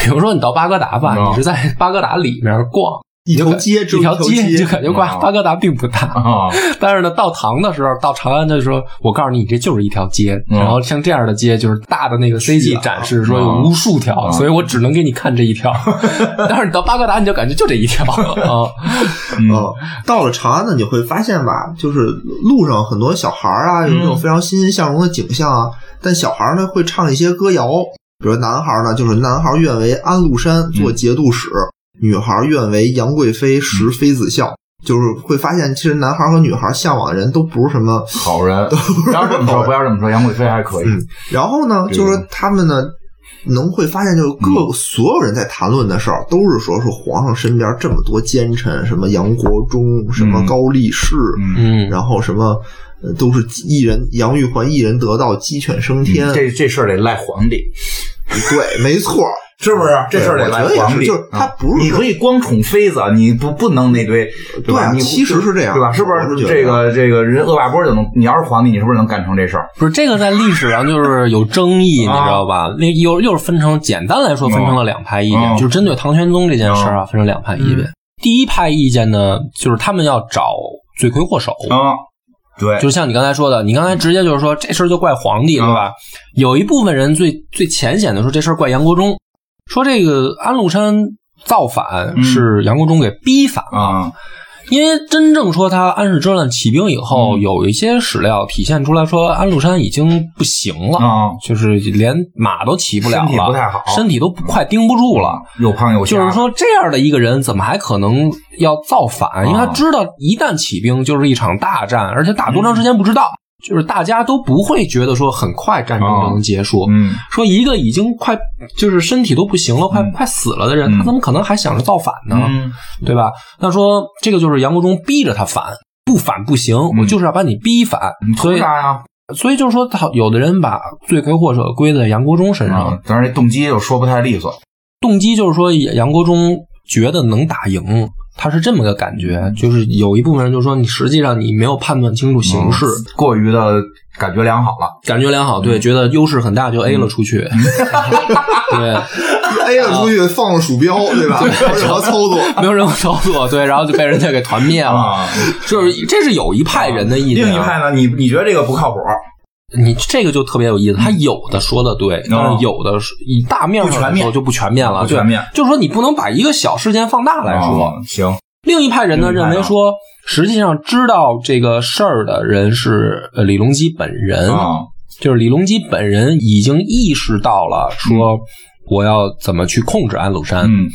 Speaker 2: 比如说你到巴格达吧，
Speaker 1: 嗯
Speaker 2: 你是在巴格达里面逛
Speaker 3: 一条街，只
Speaker 2: 一条
Speaker 3: 有
Speaker 2: 街，
Speaker 3: 街，
Speaker 2: 就感觉巴
Speaker 1: 嗯
Speaker 2: 巴格达并不大。
Speaker 1: 啊，
Speaker 2: 但是呢，到唐的时候，到长安的时候，我告诉你，你这就是一条街。
Speaker 1: 嗯啊
Speaker 2: 然后像这样的街，就是大的那个 CG 展示说有无数条，
Speaker 1: 嗯
Speaker 2: 所以我只能给你看这
Speaker 1: <laughs>
Speaker 2: 一条。但是你到巴格达，你就感觉就这一条啊。
Speaker 1: 嗯
Speaker 3: 嗯，到了长安呢，你会发现吧，就是路上很多小孩儿啊，有那
Speaker 1: 嗯
Speaker 3: 种非常欣欣向荣的景象啊。但小孩儿呢会唱一些歌谣，比如男孩儿呢，就是男孩儿愿为安禄
Speaker 1: 嗯
Speaker 3: 山做节度使，女孩儿愿为杨贵妃
Speaker 1: 嗯
Speaker 3: 识妃子笑。就是会发现，其实男孩儿和女孩儿向往的人都不是什么
Speaker 1: 好
Speaker 3: <laughs>
Speaker 1: 人，不要这么说，不要这么说，杨贵妃还可以，
Speaker 3: 嗯然后呢，
Speaker 1: 对嗯
Speaker 3: 就是说他们呢，能会发现，就是各所有人在谈论的事儿，都是说是皇上身边这么多奸臣，什么杨国忠，什么高力士，
Speaker 1: 嗯，
Speaker 2: 嗯，
Speaker 3: 然后什么呃都是一人杨玉环一人得道，鸡犬升
Speaker 1: 嗯
Speaker 3: 天。啊
Speaker 1: 这这事儿得赖皇帝，
Speaker 3: 对，没错，
Speaker 1: 是不是？这事儿得
Speaker 3: 对
Speaker 1: 赖
Speaker 3: 我觉得也
Speaker 1: 皇
Speaker 3: 是
Speaker 1: 帝，
Speaker 3: 就是他
Speaker 1: 啊
Speaker 3: 不是
Speaker 1: 你可以光宠妃子，你不不能那堆，对吧？
Speaker 3: 对啊
Speaker 1: 你
Speaker 3: 其实是这样
Speaker 1: 对吧？是不
Speaker 3: 我是觉得啊
Speaker 1: 这个这个人恶霸波就能？你要是皇帝，你是不是能干成这事儿？
Speaker 2: 不是这个在历史上就是有争议，你
Speaker 1: 啊
Speaker 2: 知道吧？那又又是分成，简单来说分成了两派意见，
Speaker 1: 嗯
Speaker 2: 就是针对唐玄宗这件事儿啊，分成两派意见。第一派意见呢，就是他们要找罪魁祸首，
Speaker 1: 啊，对，
Speaker 2: 就是像你刚才说的，你刚才直接就是说这事儿就怪皇
Speaker 1: 嗯
Speaker 2: 帝，对吧？有一部分人最最浅显的说这事儿怪杨国忠，说这个安禄山造反
Speaker 1: 嗯
Speaker 2: 是杨国忠给逼反了。
Speaker 1: 啊，
Speaker 2: 因为真正说他安史之乱起兵以后，
Speaker 1: 嗯
Speaker 2: 有一些史料体现出来说安禄山已经不行了，
Speaker 1: 啊
Speaker 2: 就是连马都骑不了了，
Speaker 1: 身体不太好
Speaker 2: 身体都快盯不住了。
Speaker 1: 又胖又
Speaker 2: 就
Speaker 1: 瞎
Speaker 2: 是说，这样的一个人怎么还可能要造
Speaker 1: 啊
Speaker 2: 反？因为他知道一旦起兵就是一场大战，而且打多长时
Speaker 1: 嗯
Speaker 2: 间不知道，就是大家都不会觉得说很快战争就能结束。
Speaker 1: 嗯，
Speaker 2: 说一个已经快就是身体都不行了，快快死了的人，
Speaker 1: 嗯
Speaker 2: 他怎么可能还想着造反呢？
Speaker 1: 嗯
Speaker 2: 对吧？那说这个就是杨国忠逼着他反，不反不行，
Speaker 1: 嗯
Speaker 2: 我就是要把你逼反。
Speaker 1: 你
Speaker 2: 所
Speaker 1: 图
Speaker 2: 以，
Speaker 1: 啥呀？
Speaker 2: 所以就是说，他有的人把罪魁祸首归在杨国忠身上，
Speaker 1: 啊，当然这动机又说不太利索，
Speaker 2: 动机就是说杨国忠觉得能打赢。他是这么个感
Speaker 1: 嗯
Speaker 2: 觉，就是有一部分人就说你实际上你没有判断清楚形势，
Speaker 1: 过于的感觉良好了，
Speaker 2: 感觉良好，
Speaker 1: 嗯
Speaker 2: 对，觉得优势很大就 A 了出去， <laughs>
Speaker 1: <laughs>
Speaker 2: 对，
Speaker 3: A
Speaker 1: 啊
Speaker 3: 了出去放了鼠标，对吧？没有
Speaker 1: <laughs>
Speaker 3: 操作，
Speaker 2: 没有任何操作，对，然后就被人家给团灭了，
Speaker 1: 啊。嗯
Speaker 2: 就是这是有一派人的意见啊，
Speaker 1: 另一派呢，你你觉得这个不靠谱，
Speaker 2: 你这个就特别有意思，他有的说的对，但是有的是以大面上来
Speaker 1: 嗯哦不全
Speaker 2: 说
Speaker 1: 面
Speaker 2: 就不全面了，
Speaker 1: 不全面
Speaker 2: 对，就是说你不能把一个小事件放大来说。
Speaker 1: 啊行，
Speaker 2: 另一派人呢
Speaker 1: 另一派
Speaker 2: 认
Speaker 1: 啊
Speaker 2: 为说，实际上知道这个事儿的人是呃李隆基本人，
Speaker 1: 啊，
Speaker 2: 就是李隆基本人已经意识到了说我要怎么去控制安禄山，
Speaker 1: 嗯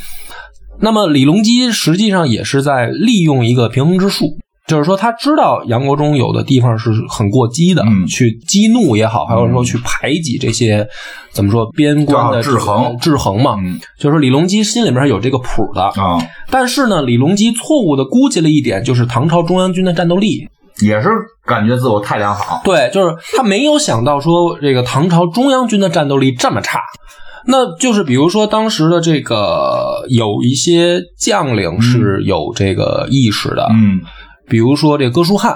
Speaker 2: 那么李隆基实际上也是在利用一个平衡之术，就是说他知道杨国忠有的地方是很过激的，
Speaker 1: 嗯
Speaker 2: 去激怒也好，还有说去排挤这些怎么说边关的呃
Speaker 1: 正好制衡
Speaker 2: 制衡嘛，
Speaker 1: 嗯
Speaker 2: 就是说李隆基心里面有这个谱的。
Speaker 1: 啊，
Speaker 2: 但是呢，李隆基错误的估计了一点，就是唐朝中央军的战斗力。
Speaker 1: 也是感觉自我太良好，
Speaker 2: 对，就是他没有想到说这个唐朝中央军的战斗力这么差。那就是比如说当时的这个有一些将领是有这个意识的，
Speaker 1: 嗯
Speaker 2: 比如说这个哥舒翰，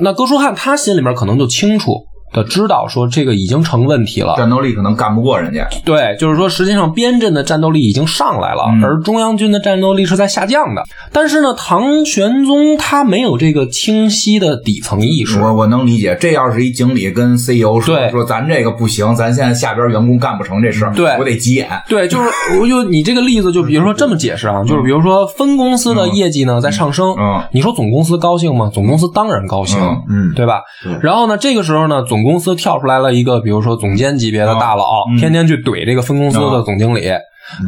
Speaker 2: 那哥舒翰他心里面可能就清楚的知道说这个已经成问题了，
Speaker 1: 战斗力可能干不过人家，
Speaker 2: 对，就是说，实际上边镇的战斗力已经上来了，
Speaker 1: 嗯
Speaker 2: 而中央军的战斗力是在下降的。但是呢，唐玄宗他没有这个清晰的底层意识。
Speaker 1: 我我能理解，这要是一经理跟 CEO 说
Speaker 2: 对
Speaker 1: 说咱这个不行，咱现在下边员工干不成这事儿，
Speaker 2: 对
Speaker 1: 我得急眼，
Speaker 2: <laughs> 对，就是我就你这个例子，就比如说这么解释啊，就是比如说分公司的业绩呢在上升，
Speaker 1: 嗯
Speaker 2: 你说总公司高兴吗？总公司当然高兴，
Speaker 1: 嗯
Speaker 3: 嗯，
Speaker 2: 对吧
Speaker 3: 对？
Speaker 2: 然后呢，这个时候呢，总公司跳出来了一个，比如说总监级别的大佬，
Speaker 1: 嗯啊
Speaker 2: 天天去怼这个分公司的总经理。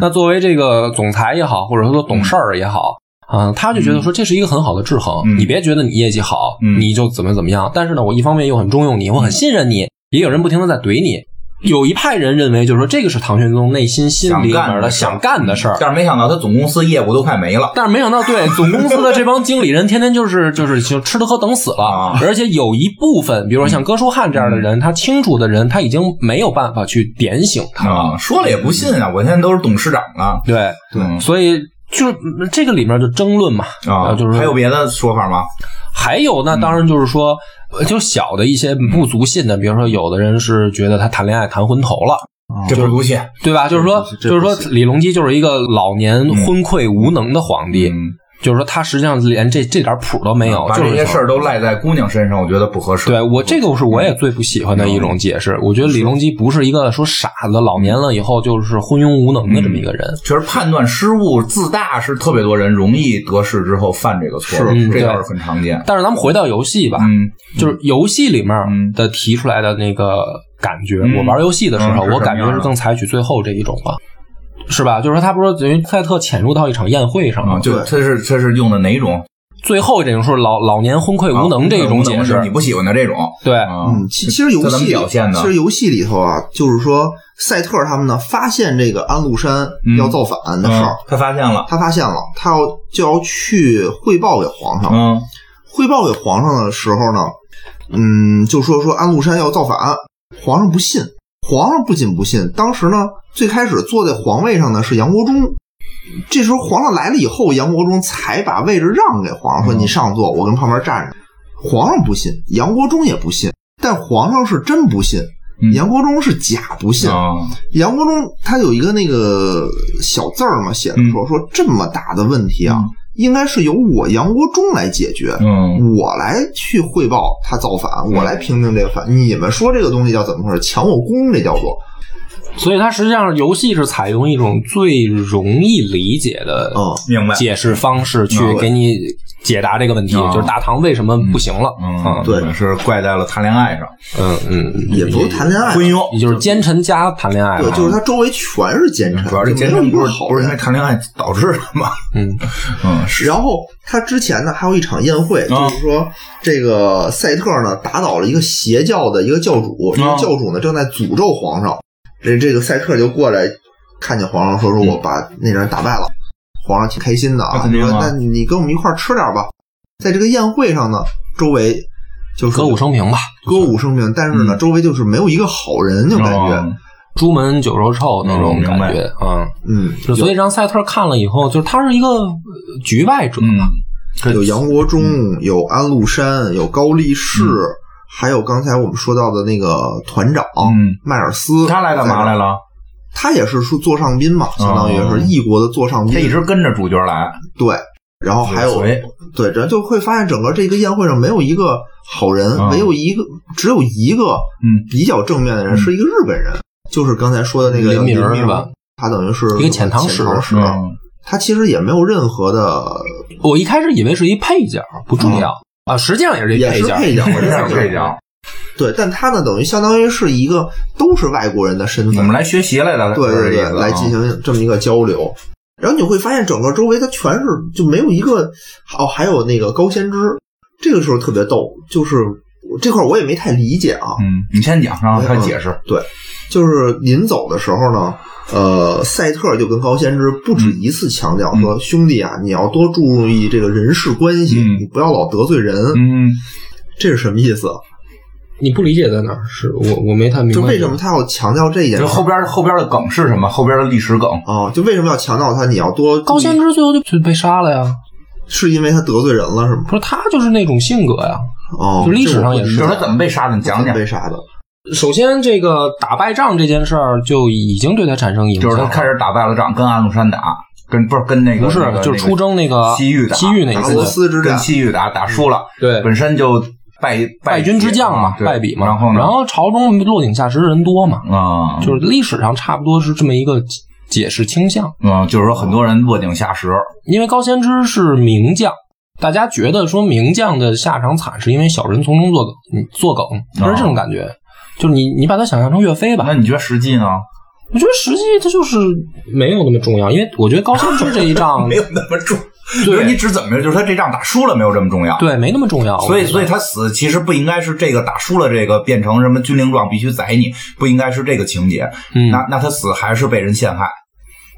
Speaker 2: 那作为这个总裁也好，或者说懂事儿也好。啊，他就觉得说这是一个很好的制衡，
Speaker 1: 嗯
Speaker 2: 你别觉得你业绩好，
Speaker 1: 嗯
Speaker 2: 你就怎么怎么样。但是呢，我一方面又很重用你，我很信任你，也有人不停的在怼你。有一派人认为，就是说这个是唐玄宗内心心
Speaker 1: 想
Speaker 2: 里
Speaker 1: 干
Speaker 2: 面
Speaker 1: 的
Speaker 2: 的
Speaker 1: 事儿
Speaker 2: 想干的事儿，
Speaker 1: 但是没想到他总公司业务都快没了，
Speaker 2: <laughs> 但是没想到，对总公司的这帮经理人，天天就是就是就吃的喝等死了，
Speaker 1: 啊
Speaker 2: 而且有一部分，比如说像哥舒翰这样的人，他清楚的人，他已经没有办法去点醒他了。
Speaker 1: 啊，说了也不信啊，我现在都是董事长了，
Speaker 2: 对，
Speaker 1: 对
Speaker 2: 所以就是嗯这个里面就争论嘛，
Speaker 1: 啊，
Speaker 2: 就是
Speaker 1: 还有别的说法吗？
Speaker 2: 还有那当然就是说，呃就小的一些不足信的，比如说有的人是觉得他谈恋爱谈昏头了，
Speaker 1: 这不是不信，
Speaker 2: 对吧？就是说，
Speaker 3: 这
Speaker 2: 就
Speaker 3: 不
Speaker 2: 是
Speaker 3: 行
Speaker 2: 说李隆基就是一个老年昏聩无能的皇帝。
Speaker 1: 嗯
Speaker 2: 就是说，他实际上连这这点谱都没有，
Speaker 1: 把
Speaker 2: 就
Speaker 1: 这
Speaker 2: 是
Speaker 1: 些
Speaker 2: 想
Speaker 1: 事儿都赖在姑娘身上，我觉得不合适。
Speaker 2: 对我这个是我
Speaker 1: 嗯
Speaker 2: 也最不喜欢的一种解释。我觉得李隆基不是一个说傻子，老年了以后就是昏庸无能的这么一
Speaker 1: 嗯
Speaker 2: 个人。
Speaker 1: 其实判断失误、自大是特别多人容易得势之后犯这个错误，
Speaker 2: 是嗯
Speaker 1: 这倒
Speaker 2: 对
Speaker 1: 是很常见。
Speaker 2: 但是咱们回到游戏吧，
Speaker 1: 嗯，
Speaker 2: 就是游戏里面
Speaker 1: 嗯
Speaker 2: 的提出来的那个感觉。
Speaker 1: 嗯
Speaker 2: 我玩游戏的时候，
Speaker 1: 嗯是
Speaker 2: 我感
Speaker 1: 什么样
Speaker 2: 觉是
Speaker 1: 的
Speaker 2: 更采取最后这一种吧，是吧？就是说他不是等于赛特潜入到一场宴会上
Speaker 1: 啊，
Speaker 2: 吗？
Speaker 1: 就
Speaker 3: 对
Speaker 1: 他是他是用的哪种
Speaker 2: 最后这种是老老年昏聩无能这一种解
Speaker 1: 啊无能就是
Speaker 2: 释哎
Speaker 1: 你，不喜欢的这种。
Speaker 2: 对，
Speaker 1: 啊
Speaker 3: 嗯，其其实游
Speaker 1: 这怎
Speaker 3: 戏
Speaker 1: 么表现呢
Speaker 3: 其实游戏里头啊，就是说赛特他们呢发现这个安禄山
Speaker 1: 嗯
Speaker 3: 要造反的事儿
Speaker 1: 嗯，他发现了，
Speaker 3: 他发现了，他要就要去汇报给皇上。
Speaker 1: 嗯
Speaker 3: 汇报给皇上的时候呢，嗯，就说说安禄山要造反，皇上不信。皇上不仅不信，当时呢，最开始坐在皇位上的是杨国忠。这时候皇上来了以后，杨国忠才把位置让给皇上，说
Speaker 1: 嗯
Speaker 3: 你上座，我跟旁边站着。皇上不信，杨国忠也不信，但皇上是真不信
Speaker 1: 嗯，
Speaker 3: 杨国忠是假不信。
Speaker 1: 啊，
Speaker 3: 杨国忠他有一个那个小字儿嘛，写的说说这么大的问题啊
Speaker 1: 嗯，
Speaker 3: 应该是由我杨国忠来解决，
Speaker 1: 嗯，
Speaker 3: 我来去汇报他造反，我来评定这个反。你们说这个东西叫怎么回事？抢我功，这叫做
Speaker 2: 所以它实际上游戏是采用一种最容易理解的
Speaker 3: 嗯
Speaker 1: 明白。
Speaker 2: 解释方式去
Speaker 3: 嗯
Speaker 2: 给你解答这个问题，
Speaker 1: 嗯
Speaker 2: 就是大唐为什么不行了？
Speaker 1: 嗯，
Speaker 3: 对
Speaker 1: 是怪在了谈恋爱上，
Speaker 2: 嗯嗯，
Speaker 3: 也不是谈恋爱，
Speaker 1: 昏庸。
Speaker 2: 也就是奸臣家谈恋爱了
Speaker 3: 对，。就是他周围全是奸臣，
Speaker 1: 啊主要这
Speaker 3: 就
Speaker 1: 奸
Speaker 3: 没有
Speaker 1: 臣
Speaker 3: 一
Speaker 1: 不
Speaker 3: 个
Speaker 1: 是
Speaker 3: 好
Speaker 1: 不是因
Speaker 3: 人
Speaker 1: 为。谈恋爱导致的
Speaker 3: <laughs>
Speaker 1: 嘛？
Speaker 2: 嗯，
Speaker 1: 嗯，是
Speaker 3: 然后他之前呢还有一场宴会，
Speaker 1: 啊
Speaker 3: 就是说这个赛特呢打倒了一个邪教的一个教主，这个
Speaker 1: 啊
Speaker 3: 教主呢正在诅咒皇上，这这个赛特就过来看见皇上说说我把那人打败了，皇上挺开心的
Speaker 1: 嗯那
Speaker 3: 啊，
Speaker 1: 肯定
Speaker 3: 说
Speaker 1: 啊
Speaker 3: 那你跟我们一块儿吃点吧。在这个宴会上呢，周围就是
Speaker 2: 歌舞升平吧，
Speaker 3: 歌舞升平，但是呢
Speaker 1: 嗯
Speaker 3: 周围就是没有一个好人，就感觉
Speaker 1: 嗯
Speaker 2: 朱门酒肉臭那种
Speaker 1: 嗯
Speaker 2: 感
Speaker 1: 明白
Speaker 2: 觉啊。
Speaker 3: 嗯，
Speaker 2: 就所以让赛特看了以后，就是他是一个呃局外者嘛，
Speaker 1: 嗯
Speaker 2: 这
Speaker 3: 有杨国忠，有安禄山，有高力士，还有刚才我们说到的那个团长、
Speaker 1: 嗯
Speaker 3: 迈尔斯，
Speaker 1: 他来干嘛来
Speaker 3: 了？
Speaker 1: 了？
Speaker 3: 他也是说座上宾嘛，相当于
Speaker 1: 哦
Speaker 3: 是异国的座上宾。
Speaker 1: 他一直跟着主角来，
Speaker 3: 对，然后哦还有
Speaker 1: 尾随
Speaker 3: 对，这就会发现整个这个宴会上没有一个好人，
Speaker 1: 嗯
Speaker 3: 没有一个只有一个
Speaker 1: 嗯
Speaker 3: 比较正面的人，
Speaker 1: 嗯
Speaker 3: 是一个日本人，就是刚才说的那个
Speaker 2: 林明
Speaker 3: 明
Speaker 2: 儿是吧？
Speaker 3: 他等于是
Speaker 2: 一个遣唐使
Speaker 3: 使
Speaker 1: 嗯
Speaker 3: 啊他其实也没有任何的
Speaker 2: 我一开始以为是一配角，不重要、啊，实际上也是一
Speaker 3: 嗯也是
Speaker 2: 角。
Speaker 3: 配角，我
Speaker 1: 我
Speaker 3: 觉
Speaker 1: 这
Speaker 3: 得
Speaker 1: 样
Speaker 3: 是
Speaker 1: 配
Speaker 3: <laughs>
Speaker 1: 角，
Speaker 3: 对，但他呢，等于相当于是一个都是外国人的身份，
Speaker 1: 我们来学习来了，
Speaker 3: 对对
Speaker 1: 这
Speaker 3: 对
Speaker 1: 意思啊
Speaker 3: 来进行这么一个交流。然后你会发现，整个周围它全是就没有一个哦，还有那个高先知，这个时候特别逗，就是这块我也没太理解啊，
Speaker 1: 嗯，你先讲，然后他
Speaker 3: 嗯
Speaker 1: 解释。
Speaker 3: 就是临走的时候呢，呃，赛特就跟高先知不止
Speaker 1: 嗯
Speaker 3: 一次强调说，兄弟啊，你要多注意这个人事关系，
Speaker 1: 嗯
Speaker 3: 你不要老得罪人，
Speaker 1: 嗯，
Speaker 3: 这是什么意思？啊
Speaker 2: 你不理解在哪儿？是我我没太明白。
Speaker 3: 就为什么他要强调这一点？
Speaker 1: 就后边后边的梗是什么？后边的历史梗，
Speaker 3: 啊，就为什么要强调他？你要多注意
Speaker 2: 高先知最后就就被杀了呀？
Speaker 3: 是因为他得罪人了是吗？
Speaker 2: 不是他就是那种性格呀。
Speaker 3: 哦，
Speaker 2: 就历史上也
Speaker 1: 就是
Speaker 3: 这
Speaker 1: 是
Speaker 3: 我
Speaker 1: 他怎么被杀的，你讲
Speaker 3: 不知
Speaker 1: 讲
Speaker 3: 道被。杀的？
Speaker 2: 首先，这个打败仗这件事儿就已经对他产生影响
Speaker 1: 就是
Speaker 2: 了。
Speaker 1: 他开始打败了仗，跟安禄山打，跟不是跟那个
Speaker 2: 不是
Speaker 1: 那个
Speaker 2: 就是出征那个
Speaker 1: 西域打，
Speaker 2: 西域那一次
Speaker 3: 达罗斯之战
Speaker 1: 跟西域打打输了，
Speaker 2: 对
Speaker 1: 本身就败
Speaker 2: 嗯败军之将嘛，
Speaker 1: 对
Speaker 2: 败笔嘛。
Speaker 1: 然后呢？
Speaker 2: 然后朝中落井下石的人多嘛，
Speaker 1: 啊，
Speaker 2: 就是历史上差不多是这么一个解解释倾向。
Speaker 1: 嗯，就是说很多人落井下石，
Speaker 2: 因为高先知是名将，大家觉得说名将的下场惨，是因为小人从中作梗，你作梗，就是这种感觉。就是你，你把它想象成岳飞吧
Speaker 1: 那，你觉得实际 <laughs> 呢？
Speaker 2: 我觉得实际它就是没有那么重要，因为我觉得高先知这一
Speaker 1: <laughs>
Speaker 2: 仗
Speaker 1: 有那么重，就是你
Speaker 2: 对
Speaker 1: 指怎么着？就是他这仗打输了没有这么重要。
Speaker 2: 对没那么重要，
Speaker 1: 所以，
Speaker 2: 我觉得
Speaker 1: 所以他死其实不应该是这个打输了这个变成什么军令状必须宰你，不应该是这个情节。
Speaker 2: 嗯，
Speaker 1: 那那他死还是被人陷害？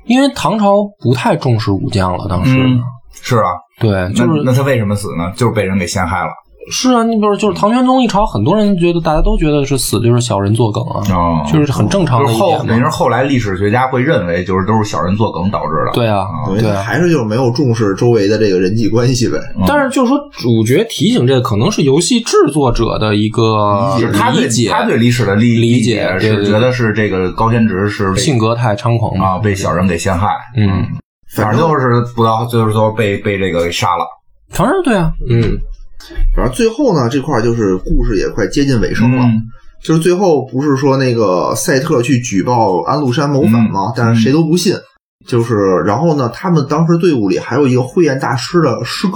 Speaker 2: 因为唐朝不太重视武将了，当时、
Speaker 1: 嗯是啊，
Speaker 2: 对
Speaker 1: 那
Speaker 2: 就是
Speaker 1: 那他为什么死呢？就是被人给陷害了。
Speaker 2: 是啊，你比如就是唐玄宗一朝，很多人觉得大家都觉得是死就是小人作梗啊，
Speaker 1: 哦
Speaker 2: 就是很正常
Speaker 1: 就
Speaker 2: 的
Speaker 1: 是
Speaker 2: 一
Speaker 1: 后
Speaker 2: 点
Speaker 1: 等于是
Speaker 2: 嘛。
Speaker 1: 后来历史学家会认为，就是都是小人作梗导致的。
Speaker 2: 对啊，
Speaker 1: 啊
Speaker 3: 等于
Speaker 2: 对
Speaker 3: 他
Speaker 2: 啊。
Speaker 3: 还是就是没有重视周围的这个人际关系呗。
Speaker 1: 嗯
Speaker 2: 但是就是说，主角提醒这个可能是游戏制作者的一个
Speaker 1: 就是他对
Speaker 2: 理解，
Speaker 1: 他对历史的理
Speaker 2: 理解
Speaker 1: 解
Speaker 2: 对
Speaker 1: 是
Speaker 2: 对
Speaker 1: 觉得是这个高先知是被
Speaker 2: 性格太猖狂嘛。
Speaker 1: 啊被小人给陷害，
Speaker 2: 嗯，
Speaker 1: 反正就是不到最后说被被这个给杀了。
Speaker 2: 反正对啊，嗯，
Speaker 3: 反正最后呢，这块儿就是故事也快接近尾声了。
Speaker 1: 嗯
Speaker 3: 就是最后不是说那个赛特去举报安禄山谋反吗？但是谁都不信。就是然后呢，他们当时队伍里还有一个慧眼大师的师哥。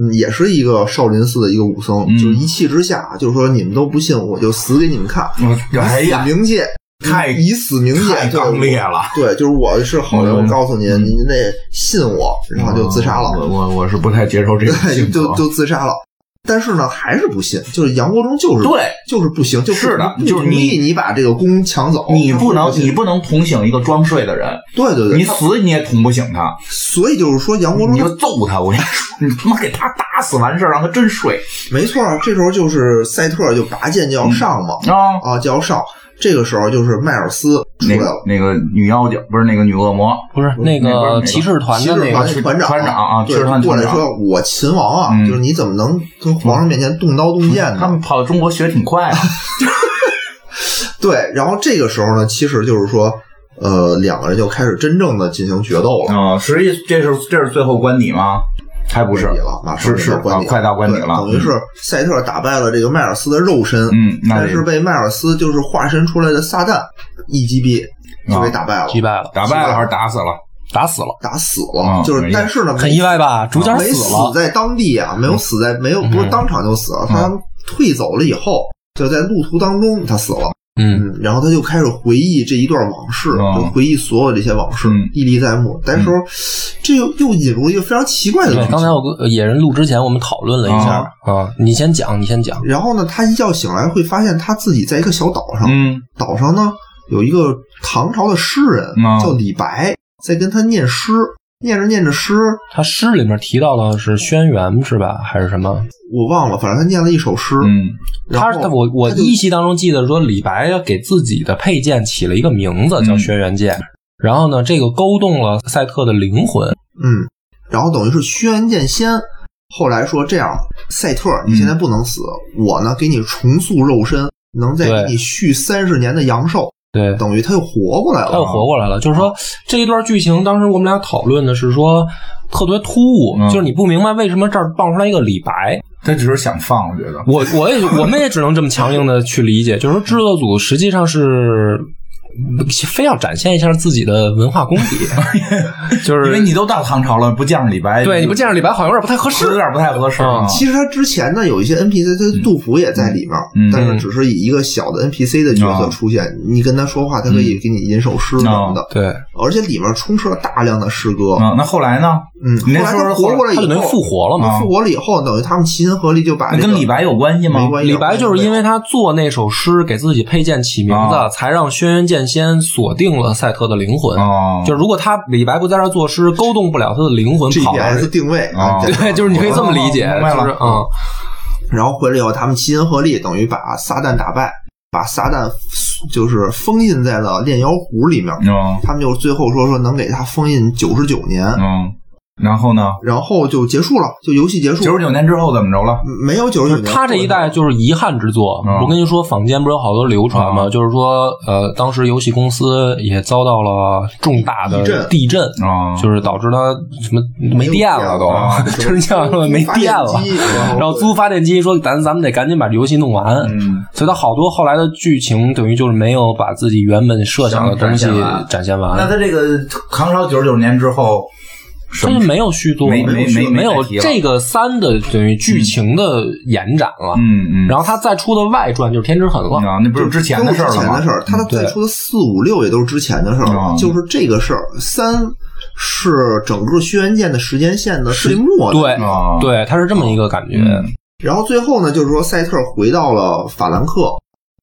Speaker 3: 嗯，也是一个少林寺的一个武僧，
Speaker 1: 嗯
Speaker 3: 就是一气之下，就是说你们都不信，我就死给你们看。
Speaker 1: 嗯，哎呀
Speaker 3: 以，死冥界，
Speaker 1: 太
Speaker 3: 以死冥
Speaker 1: 太
Speaker 3: 界，对
Speaker 1: 刚烈了。
Speaker 3: 对，就是我是好人，
Speaker 1: 嗯
Speaker 3: 我告诉您，您得信我，然后就自杀
Speaker 1: 我
Speaker 3: 了，
Speaker 1: 我我是不太接受这种
Speaker 3: 对，
Speaker 1: 性格
Speaker 3: 就就自杀了。但是呢，还是不信，就是杨国忠就是
Speaker 1: 对，
Speaker 3: 就是不行，就是
Speaker 1: 的
Speaker 3: 不
Speaker 1: 就是
Speaker 3: 同意
Speaker 1: 你
Speaker 3: 你把这个弓抢走，
Speaker 1: 你不能
Speaker 3: 信
Speaker 1: 你不能同醒一个装睡的人，
Speaker 3: 对对对，
Speaker 1: 你
Speaker 3: 他
Speaker 1: 死你也捅不醒他，
Speaker 3: 所以就是说杨国
Speaker 1: 你
Speaker 3: 忠
Speaker 1: 就揍他！我跟你说，你他妈给他打死完事儿，让他真睡
Speaker 3: 没错，这时候就是赛特就拔剑就要上嘛，
Speaker 1: 啊！
Speaker 3: 啊就要上，这个时候就是迈尔斯出
Speaker 1: 那
Speaker 3: 来
Speaker 1: 个
Speaker 3: 了，
Speaker 1: 那个女妖精不是那个女恶魔，
Speaker 2: 不是那
Speaker 1: 那边那
Speaker 2: 个
Speaker 1: 个
Speaker 2: 骑士团
Speaker 3: 骑
Speaker 2: 的
Speaker 3: 士
Speaker 2: 那
Speaker 3: 团
Speaker 2: 个
Speaker 1: 骑
Speaker 3: 的
Speaker 1: 士
Speaker 3: 团长
Speaker 1: 团长啊
Speaker 3: 对
Speaker 1: 骑士团
Speaker 3: 过来
Speaker 1: 团长
Speaker 3: 说我秦王啊，
Speaker 1: 嗯
Speaker 3: 就是你怎么能跟皇上面前动刀动剑呢？
Speaker 1: 他们跑到中国学挺快啊，
Speaker 3: 对，然后这个时候呢，其实就是说，
Speaker 1: 嗯
Speaker 3: 呃，两个人就开始真正的进行决斗了。
Speaker 1: 啊，实际这是这是最后官邸吗？还不是
Speaker 3: 关你了，马
Speaker 1: 是
Speaker 3: 上
Speaker 1: 是
Speaker 3: 就到关
Speaker 1: 啊
Speaker 3: 你
Speaker 1: 快到关你
Speaker 3: 对
Speaker 1: 了
Speaker 3: 等于是赛特打败了这个迈尔斯的肉身，
Speaker 1: 嗯那
Speaker 3: 但
Speaker 1: 得
Speaker 3: 是被迈尔斯就是化身出来的撒旦一击毙
Speaker 1: 啊
Speaker 3: 就给打败了，
Speaker 2: 击败了，
Speaker 1: 打败了还是打死了？
Speaker 2: 打死了，
Speaker 3: 打死
Speaker 1: 啊
Speaker 3: 了，就
Speaker 1: 没
Speaker 3: 是
Speaker 1: 意思
Speaker 3: 但是呢，
Speaker 2: 很意外吧？主角
Speaker 3: 没
Speaker 2: 死
Speaker 3: 死
Speaker 2: 了，
Speaker 3: 在当地啊，
Speaker 1: 嗯
Speaker 3: 没有死在没有不是当场就死了，他退走了以后，就在路途当中他死了。
Speaker 2: 嗯，
Speaker 3: 嗯，然后他就开始回忆这一段往事，
Speaker 1: 啊
Speaker 3: 就回忆所有这些往事
Speaker 1: 嗯，
Speaker 3: 历历在目。但是这又又引入一个非常奇怪的
Speaker 2: 对，
Speaker 3: 东
Speaker 2: 刚
Speaker 3: 西。
Speaker 2: 才我跟野人录之前，我们讨论了一下啊，你先讲，你先讲，
Speaker 3: 然后呢，他一觉醒来会发现他自己在一个小岛上，
Speaker 1: 嗯
Speaker 3: 岛上呢有一个唐朝的诗人
Speaker 1: 啊
Speaker 3: 叫李白，在跟他念诗，念着念着诗，
Speaker 2: 他诗里面提到的是轩辕是吧，还是什么？
Speaker 3: 我忘了，反正他念了一首诗。
Speaker 1: 嗯，
Speaker 3: 然
Speaker 2: 他
Speaker 3: 后
Speaker 2: 他我我
Speaker 3: 他就
Speaker 2: 依稀当中记得说，李白给自己的佩剑起了一个名字叫
Speaker 1: 嗯
Speaker 2: 轩辕剑，然后呢，这个勾动了赛特的灵魂，
Speaker 3: 嗯，然后等于是轩辕剑仙，后来说这样，赛特
Speaker 1: 嗯
Speaker 3: 你现在不能死，我呢给你重塑肉身，能再
Speaker 2: 对
Speaker 3: 给你续三十年的阳寿，
Speaker 2: 对，
Speaker 3: 等于他又活过来
Speaker 2: 他又
Speaker 3: 了。
Speaker 2: 活过来了。就是说这一段剧情，当时我们俩讨论的是说特别突兀，
Speaker 1: 嗯
Speaker 2: 就是你不明白为什么这儿蹦出来一个李白。
Speaker 1: 他只是想放，我觉得。
Speaker 2: 我我也我们也只能这么强硬的去理解，就是说制作组实际上是。非要展现一下自己的文化功底，
Speaker 1: <laughs>
Speaker 2: 就是
Speaker 1: 因为你都到唐朝了，不见着李白，
Speaker 2: 对你不见着李白好像有点不太合
Speaker 1: 是
Speaker 2: 适
Speaker 1: 有。点不太合适。
Speaker 2: 嗯
Speaker 3: 其实他之前呢有一些 NPC，他杜甫也在里面，
Speaker 1: 嗯啊
Speaker 3: 但是只是以一个小的 NPC 的角色出现，你跟他说话，他可以给你吟首诗什么的，
Speaker 2: 对，
Speaker 3: 而且里面充斥了大量的诗歌。
Speaker 1: 嗯，那后来呢？
Speaker 3: 嗯，后
Speaker 1: 你那
Speaker 3: 来
Speaker 1: 说
Speaker 3: 他
Speaker 1: 说
Speaker 3: 活过来以
Speaker 2: 他
Speaker 3: 后，
Speaker 2: 等于复活了嘛。
Speaker 1: 啊
Speaker 3: 复活了以后，等于他们齐心合力就把
Speaker 1: 那
Speaker 3: 这
Speaker 1: 跟
Speaker 3: 个
Speaker 1: 李白有关系吗
Speaker 3: 没？关系。
Speaker 2: 李白就是因为他做那首诗，给自己佩剑起名字，
Speaker 1: 啊
Speaker 2: 才让轩辕剑仙锁定了赛特的灵魂。
Speaker 1: 哦，
Speaker 2: 就如果他李白不在这儿作诗，勾动不了他的灵魂，跑到这
Speaker 3: GPS 定位
Speaker 1: 啊
Speaker 2: 对，就是你可以这么理解，
Speaker 1: 哦明白
Speaker 2: 就
Speaker 1: 了
Speaker 2: 是嗯，
Speaker 3: 然后回来以后，他们齐心合力，等于把撒旦打败，把撒旦就是封印在了炼妖壶里面。
Speaker 1: 嗯
Speaker 3: 他们就最后说说能给他封印九十九年，
Speaker 1: 嗯，然后呢？
Speaker 3: 然后就结束了，就游戏结束。
Speaker 1: 九十九年之后怎么着了？
Speaker 3: 没有九
Speaker 2: 就
Speaker 3: 十
Speaker 2: 是
Speaker 3: 九年，
Speaker 2: 他这一代就是遗憾之作。
Speaker 1: 嗯
Speaker 2: 我跟你说，坊间不是有好多流传吗？
Speaker 1: 嗯
Speaker 2: 就是说，呃，当时游戏公司也遭到了重大的
Speaker 3: 地震
Speaker 2: 地震，
Speaker 1: 啊，
Speaker 2: 就是导致它什么没电了都，
Speaker 3: 啊
Speaker 2: <laughs> 就是你想说没电了， <laughs> 然后租发电机说咱咱们得赶紧把这游戏弄完，
Speaker 1: 嗯
Speaker 2: 所以它好多后来的剧情等于就是没有把自己原本设想的东西
Speaker 1: 想展现完
Speaker 2: 展现完，
Speaker 1: 那他这个唐朝九十九年之后，什
Speaker 2: 这
Speaker 1: 么
Speaker 2: 就没有续作，
Speaker 1: 没没没
Speaker 2: 没
Speaker 1: 没
Speaker 2: 有
Speaker 1: 再提了
Speaker 2: 这个三的等于剧情的延展了，
Speaker 1: 嗯嗯，
Speaker 2: 然后它再出的外传就是《天之痕》了，
Speaker 1: 啊，那不是之前
Speaker 3: 都
Speaker 1: 的
Speaker 3: 是
Speaker 1: 事
Speaker 3: 之
Speaker 1: 儿了
Speaker 3: 前的事
Speaker 1: 吗？
Speaker 3: 儿，他的
Speaker 2: 对哦
Speaker 3: 再出的四五六也都是之前的事儿了
Speaker 1: 嗯。
Speaker 3: 就是这个事儿，三是整个轩辕剑的时间线的最末的
Speaker 2: 对
Speaker 3: 地方
Speaker 1: 啊，，
Speaker 2: 对，它是这么一个感觉，
Speaker 1: 嗯
Speaker 3: 然后最后呢，就是说赛特回到了法兰克，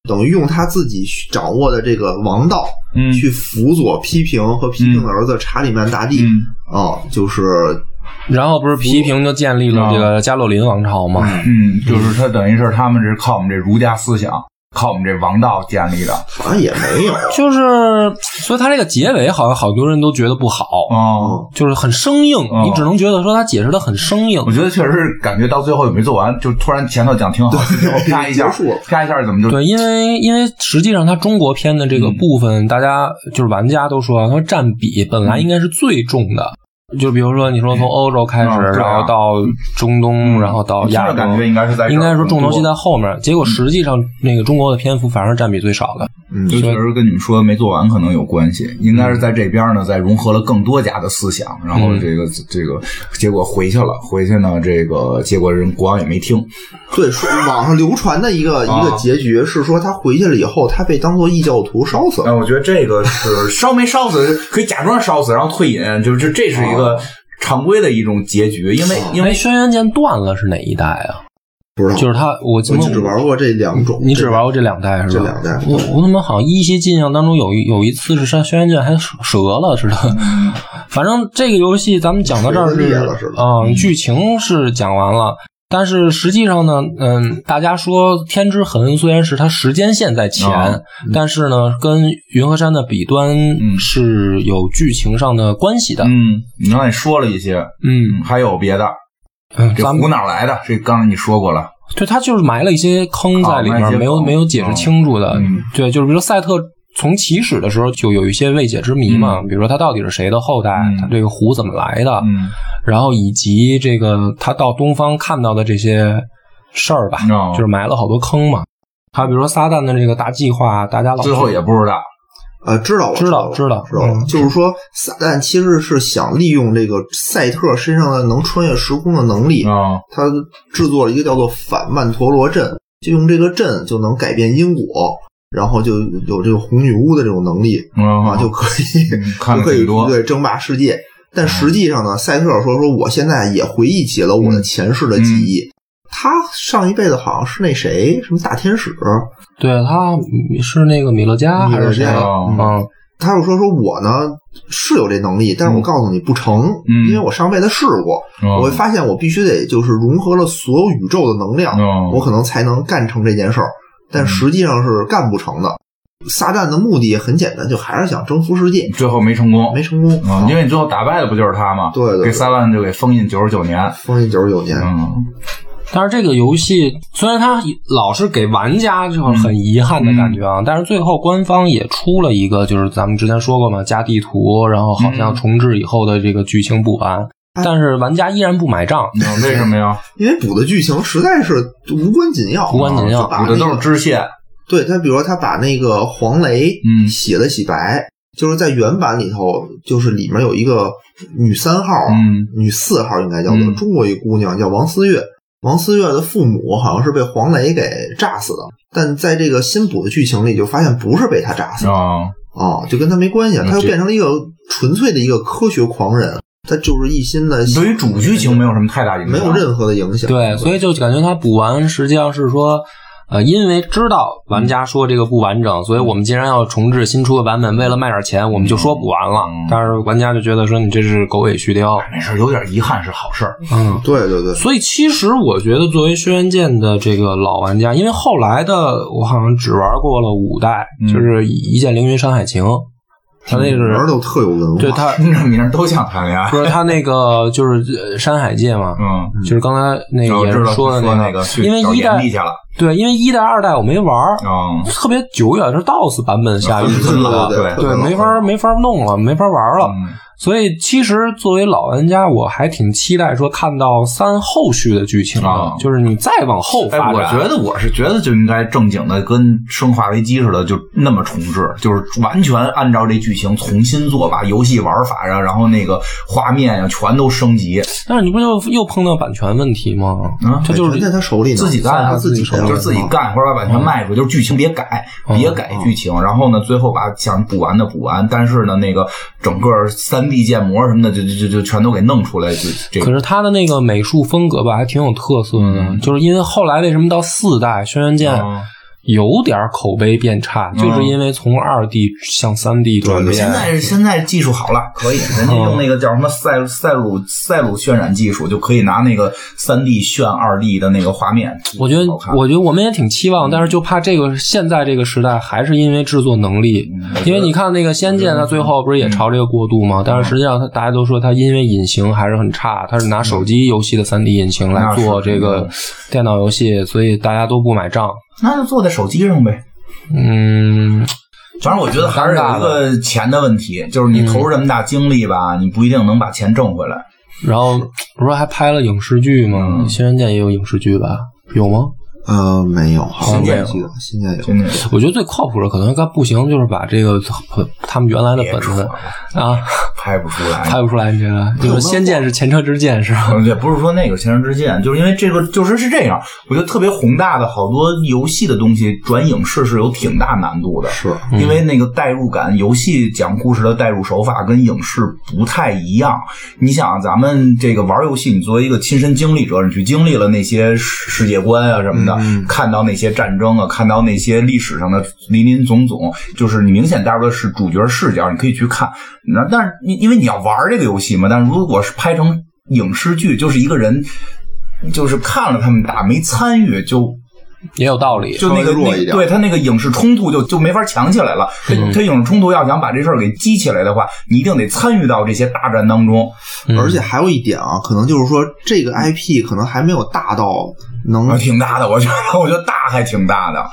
Speaker 3: 等于用他自己掌握的这个王道
Speaker 1: 嗯
Speaker 3: 去辅佐批评和批
Speaker 2: 嗯
Speaker 3: 评的儿子查理曼大帝
Speaker 1: 嗯
Speaker 3: 啊、就是
Speaker 2: 然后不是皮平就建立了这个加洛林王朝嘛，
Speaker 1: 嗯，就是他等于是他们这是靠我们这儒家思想，靠我们这王道建立的
Speaker 3: 好像也没有。
Speaker 2: 就是，所以它这个结尾好像好多人都觉得不好，
Speaker 1: 哦。
Speaker 2: 就是很生硬，
Speaker 1: 哦
Speaker 2: 你只能觉得说它解释的很生硬
Speaker 3: 嗯
Speaker 1: 我。觉得确实是感觉到最后也没做完，就突然前头讲挺好，最后
Speaker 3: <laughs>
Speaker 1: 啪一下
Speaker 3: 结束了，
Speaker 1: 啪一下怎么就
Speaker 2: 对，因为因为实际上它中国片的这
Speaker 1: 嗯
Speaker 2: 个部分，大家就是玩家都说，他说占比本来应该是最重的。就比如说，你说从欧洲开始，
Speaker 1: 嗯对啊
Speaker 2: 然后到中东，
Speaker 1: 嗯
Speaker 2: 然后到
Speaker 1: 听
Speaker 2: 亚
Speaker 1: 着
Speaker 2: 洲，
Speaker 1: 感觉应该是在这儿
Speaker 2: 应该说重头戏
Speaker 1: 更多
Speaker 2: 在后面。结果实际上，那个中国的篇幅反而占比最少的。
Speaker 3: 嗯，
Speaker 1: 就确实跟你们说没做完可能有关系，应该是在这边呢，再融合了更多家的思想，然
Speaker 2: 嗯
Speaker 1: 后这个、这个结果回去了，回去呢，这个结果人国王也没听，
Speaker 3: 对，说网上流传的一个、
Speaker 2: 啊
Speaker 3: 一个结局是说他回去了以后，他被当做异教徒烧死
Speaker 2: 啊
Speaker 3: 了。
Speaker 1: 但我觉得这个是烧没烧死，可以假装烧死，然后退隐，就是这这是一个常规的一种结局，因为因
Speaker 2: 因
Speaker 1: 为
Speaker 2: 为哎轩辕剑断了是哪一代啊？
Speaker 3: 不知道，
Speaker 2: 就是他，我
Speaker 3: 我就只玩过这两种，
Speaker 2: 你只玩过这两代是吧？
Speaker 3: 这两代
Speaker 2: 我我怎么好像依稀印象当中有一有一次是山轩辕剑还折折了似的。
Speaker 3: 嗯
Speaker 2: 反正这个游戏咱们讲到这儿
Speaker 3: 折
Speaker 2: 是
Speaker 3: 裂了似的
Speaker 2: 嗯，剧情是讲完了。但是实际上呢，嗯，大家说《天之痕》虽然是它时间线在前，
Speaker 1: 啊
Speaker 2: 但是呢，跟《云和山的彼端》是有剧情上的关系的。
Speaker 1: 嗯，你刚才说了一些，
Speaker 2: 嗯
Speaker 1: 嗯，还有别的，
Speaker 2: 嗯，
Speaker 1: 这
Speaker 2: 咱们
Speaker 1: 湖哪儿来的？这刚才你说过了，
Speaker 2: 对，他就是埋了一些坑在里
Speaker 1: 啊埋一
Speaker 2: 面，
Speaker 1: 些
Speaker 2: 没有
Speaker 1: 坑
Speaker 2: 没有解释清楚的。
Speaker 1: 嗯
Speaker 2: 对，就是比如说赛特从起始的时候就有一些未解之谜嘛，比如说他到底是谁的后代，
Speaker 1: 嗯
Speaker 2: 他这个湖怎么来的，
Speaker 1: 嗯，
Speaker 2: 然后以及这个他到东方看到的这些事儿吧，
Speaker 1: 哦
Speaker 2: 就是埋了好多坑嘛。还有比如说撒旦的这个大计划，大
Speaker 3: 哦
Speaker 2: 家老
Speaker 1: 最后也不知道，
Speaker 3: 呃，知道了，
Speaker 2: 知道
Speaker 3: 知了
Speaker 2: 知
Speaker 3: 知
Speaker 2: 道
Speaker 3: 道
Speaker 2: 了
Speaker 3: 了。
Speaker 2: 嗯
Speaker 3: 就是说，撒旦其实是想利用这个赛特身上的能穿越时空的能力，
Speaker 1: 啊，
Speaker 3: 他制作了一个叫做反曼陀罗阵，就用这个阵就能改变因果，然后就有这个红女巫的这种能力啊，
Speaker 1: 嗯，
Speaker 3: 就可以
Speaker 1: 嗯看
Speaker 3: 就
Speaker 1: 了
Speaker 3: 可以
Speaker 1: 挺多，
Speaker 3: 对争霸世界。但实际上呢，赛特尔说说我现在也回忆起了我
Speaker 1: 嗯
Speaker 3: 的前世的记忆。他上一辈子好像是那谁，什么大天使，
Speaker 2: 对他是那个米勒加还是谁
Speaker 3: 米勒
Speaker 2: 啊？
Speaker 3: 加
Speaker 1: 哦
Speaker 3: 嗯
Speaker 2: 嗯，
Speaker 3: 他又说说我呢是有这能力，但是我告诉你不成，
Speaker 1: 嗯
Speaker 3: 因为我上辈子试过，
Speaker 1: 哦
Speaker 3: 我会发现我必须得就是融合了所有宇宙的能量，
Speaker 1: 哦
Speaker 3: 我可能才能干成这件事儿，但实际上是干不成的。撒旦的目的很简单，就还是想征服世界，
Speaker 1: 最后没成功，
Speaker 3: 没成功。
Speaker 1: 啊，因为你最后打败的不就是他吗？
Speaker 3: 对对对
Speaker 1: 给撒旦就给封印九十九年，
Speaker 3: 封印九十九年，
Speaker 1: 嗯，
Speaker 2: 但是这个游戏虽然它老是给玩家就很遗憾的感觉啊，但是最后官方也出了一个，就是咱们之前说过嘛，加地图，然后好像重置以后的这个剧情补完，但是玩家依然不买账。
Speaker 1: 你嗯为什么
Speaker 3: <laughs>
Speaker 1: 呀？
Speaker 3: 因为补的剧情实在是无关紧要，啊
Speaker 2: 无关紧要
Speaker 3: 他把
Speaker 1: 补的
Speaker 3: 那
Speaker 1: 都是
Speaker 3: 个
Speaker 1: 支线，
Speaker 3: 对他，比如说他把那个黄雷
Speaker 1: 嗯
Speaker 3: 洗了洗白，就是在原版里头，就是里面有一个女三号，
Speaker 1: 嗯
Speaker 3: 女四号应该叫做、
Speaker 1: 嗯
Speaker 3: 中国一姑娘叫王思月，王思月的父母好像是被黄雷给炸死的，但在这个新补的剧情里就发现不是被他炸死的
Speaker 1: 啊，
Speaker 3: 啊、就跟他没关系，
Speaker 1: 嗯
Speaker 3: 他又
Speaker 1: 这
Speaker 3: 变成了一个纯粹的一个科学狂人，他就是一心的
Speaker 1: 对于主剧情没有什么太大影响，
Speaker 3: 没有任何的影响，
Speaker 2: 对，所以就感觉它补完实际上是说，呃，因为知道玩家说这个不完整，所以我们既然要重置新出的版本，为了卖点钱，我们就说补完了。
Speaker 1: 嗯
Speaker 2: 但是玩家就觉得说你这是狗尾续貂，
Speaker 1: 没事，有点遗憾是好事儿，
Speaker 2: 嗯。
Speaker 3: 对对对，
Speaker 2: 所以其实我觉得，作为轩辕剑的这个老玩家，因为后来的我好像只玩过了五代，
Speaker 1: 嗯
Speaker 2: 就是《一剑凌云山海情》，他那
Speaker 3: 人
Speaker 2: 是
Speaker 3: 都特有
Speaker 1: 嗯
Speaker 3: 文化，
Speaker 2: 对他
Speaker 1: <laughs> 听着名儿都想谈 <laughs> 恋爱，
Speaker 2: 不是他那个就是呃山海界嘛，
Speaker 1: 嗯，
Speaker 2: 就是刚才那
Speaker 1: 我
Speaker 2: 个也
Speaker 1: 知
Speaker 2: 是
Speaker 1: 道
Speaker 2: 说的
Speaker 1: 你那
Speaker 2: 个，
Speaker 1: 去
Speaker 2: 因为
Speaker 1: 找
Speaker 2: 一
Speaker 1: 炎
Speaker 2: 代
Speaker 1: 帝去了，
Speaker 2: 对，因为一代二代我没玩儿，
Speaker 1: 嗯，
Speaker 2: 特别久远，是 DOS 版本下
Speaker 1: 嗯
Speaker 2: 运
Speaker 1: 是
Speaker 2: 行
Speaker 1: 的
Speaker 2: 的，
Speaker 1: 对对
Speaker 2: 对，没法没法弄了，没法玩了。
Speaker 1: 嗯
Speaker 2: 所以其实作为老玩家，我还挺期待说看到三后续的剧情的，
Speaker 1: 啊
Speaker 2: 就是你再往后
Speaker 1: 哎
Speaker 2: 发展。，
Speaker 1: 我觉得我是觉得就应该正经的跟《生化危机》似的，就那么重置，就是完全按照这剧情重新做，把游戏玩法呀，然后那个画面呀，全都升级，
Speaker 2: 但是你不就又碰到版权问题吗？
Speaker 1: 嗯
Speaker 2: 这就是
Speaker 3: 全在他手里呢，
Speaker 1: 自己干
Speaker 3: 他
Speaker 1: 啊，
Speaker 3: 自己
Speaker 1: 手
Speaker 3: 手里
Speaker 1: 就是自己干，或者把版权卖出去，就是剧情别改，
Speaker 2: 嗯
Speaker 1: 别改剧情，然后呢，最后把想补完的补完，但是呢，那个整个三 D 建模什么的，就就就就全都给弄出来，就这
Speaker 2: 可
Speaker 1: 个
Speaker 2: 是他的那个美术风格吧，还挺有特色的。
Speaker 1: 嗯
Speaker 2: 就是因为后来为什么到四代《轩辕剑》
Speaker 1: 嗯
Speaker 2: 有点口碑变差，就是因为从二 D 向三 D 转变。嗯
Speaker 1: 现在现在技术好了，可以，人家用那个叫什么赛赛鲁赛鲁渲染技术，就可以拿那个三 D 渲二 D 的那个画面，
Speaker 2: 我觉得
Speaker 1: 嗯好看，
Speaker 2: 我觉得我们也挺期望，但是就怕这个现在这个时代，还是因为制作能力，
Speaker 1: 嗯
Speaker 2: 因为你看那个《仙剑》，它最后不是也朝这个过渡吗？但是实际上，它大家都说它因为隐形还是很差，它是拿手机游戏的3 D 引擎来做
Speaker 1: 嗯那是嗯
Speaker 2: 这个电脑游戏，所以大家都不买账。
Speaker 1: 那就坐在手机上呗。
Speaker 2: 嗯，
Speaker 1: 反正我觉得还是有一个钱的问题，就是你投入这么大精力吧，你不一定能把钱挣回来。
Speaker 2: 然后不是还拍了影视剧吗？
Speaker 1: 嗯
Speaker 2: 《仙剑》也有影视剧吧？有吗？
Speaker 3: 呃，没有，好
Speaker 1: 新
Speaker 3: 像
Speaker 1: 建
Speaker 3: 没
Speaker 1: 有
Speaker 3: 记得，新建有。
Speaker 1: 真的，
Speaker 2: 我觉得最靠谱的可能该不行，就是把这个他们原来的
Speaker 1: 别
Speaker 2: 本
Speaker 1: 扯
Speaker 2: 子
Speaker 1: 了，
Speaker 2: 啊
Speaker 1: 拍不出来。
Speaker 2: 拍不出来，你觉得？你说《仙剑》是前车之鉴是吧？
Speaker 1: 嗯，对，不是说那个《前车之鉴》，就是因为这个，就是是这样。我觉得特别宏大的好多游戏的东西转影视是有挺大难度的，
Speaker 3: 是
Speaker 1: 因为那个代入感，游戏讲故事的代入手法跟影视不太一样。你想，咱们这个玩游戏，你作为一个亲身经历者，你去经历了那些世世界观啊什么的，
Speaker 3: 嗯
Speaker 1: 看到那些战争啊，看到那些历史上的林林总总，就是你明显带入的是主角视角，你可以去看。那但是因因为你要玩这个游戏嘛，但是如果是拍成影视剧，就是一个人。就是看了他们打，没参与，就
Speaker 2: 也有道理。
Speaker 1: 就那个
Speaker 3: 稍微弱
Speaker 1: 那
Speaker 3: 一点嗯
Speaker 1: 对他那个影视冲突就就没法强起来了。他他影视冲突要想把这事儿给激起来的话，你一定得参与到这些大战当中。
Speaker 2: 嗯
Speaker 3: 而且还有一点啊，可能就是说这个 IP 可能还没有大到能
Speaker 1: 啊，挺大的，我觉得，我觉得大还挺大的。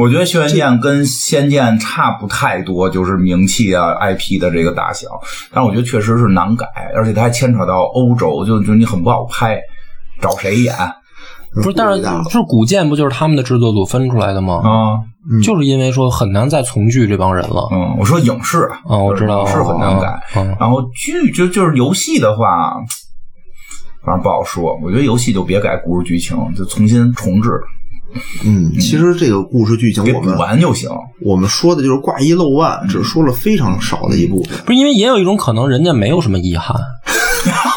Speaker 1: 我觉得《轩辕剑》跟《仙剑》差不太多，就是名气啊、IP 的这个大小。但我觉得确实是难改，而且它还牵扯到欧洲，就就你很不好拍，找谁演啊？
Speaker 2: 不是，但是就是古剑不就是他们的制作组分出来的吗？
Speaker 3: 嗯
Speaker 2: 就是因为说很难再重聚这帮人了。
Speaker 1: 啊嗯，我说影视啊，
Speaker 2: 啊，我知道
Speaker 1: 影视很难改。。
Speaker 2: 嗯嗯
Speaker 1: 然后剧就就是游戏的话，反正不好说。我觉得游戏就别改故事剧情，就重新重置，
Speaker 3: 嗯，其实这个故事剧情
Speaker 1: 给
Speaker 3: 我
Speaker 1: 补
Speaker 3: 们
Speaker 1: 完就行。
Speaker 3: 我们说的就是挂一漏万，只说了非常少的一部分。
Speaker 2: 不是因为也有一种可能，人家没有什么
Speaker 3: <laughs>
Speaker 2: 遗憾，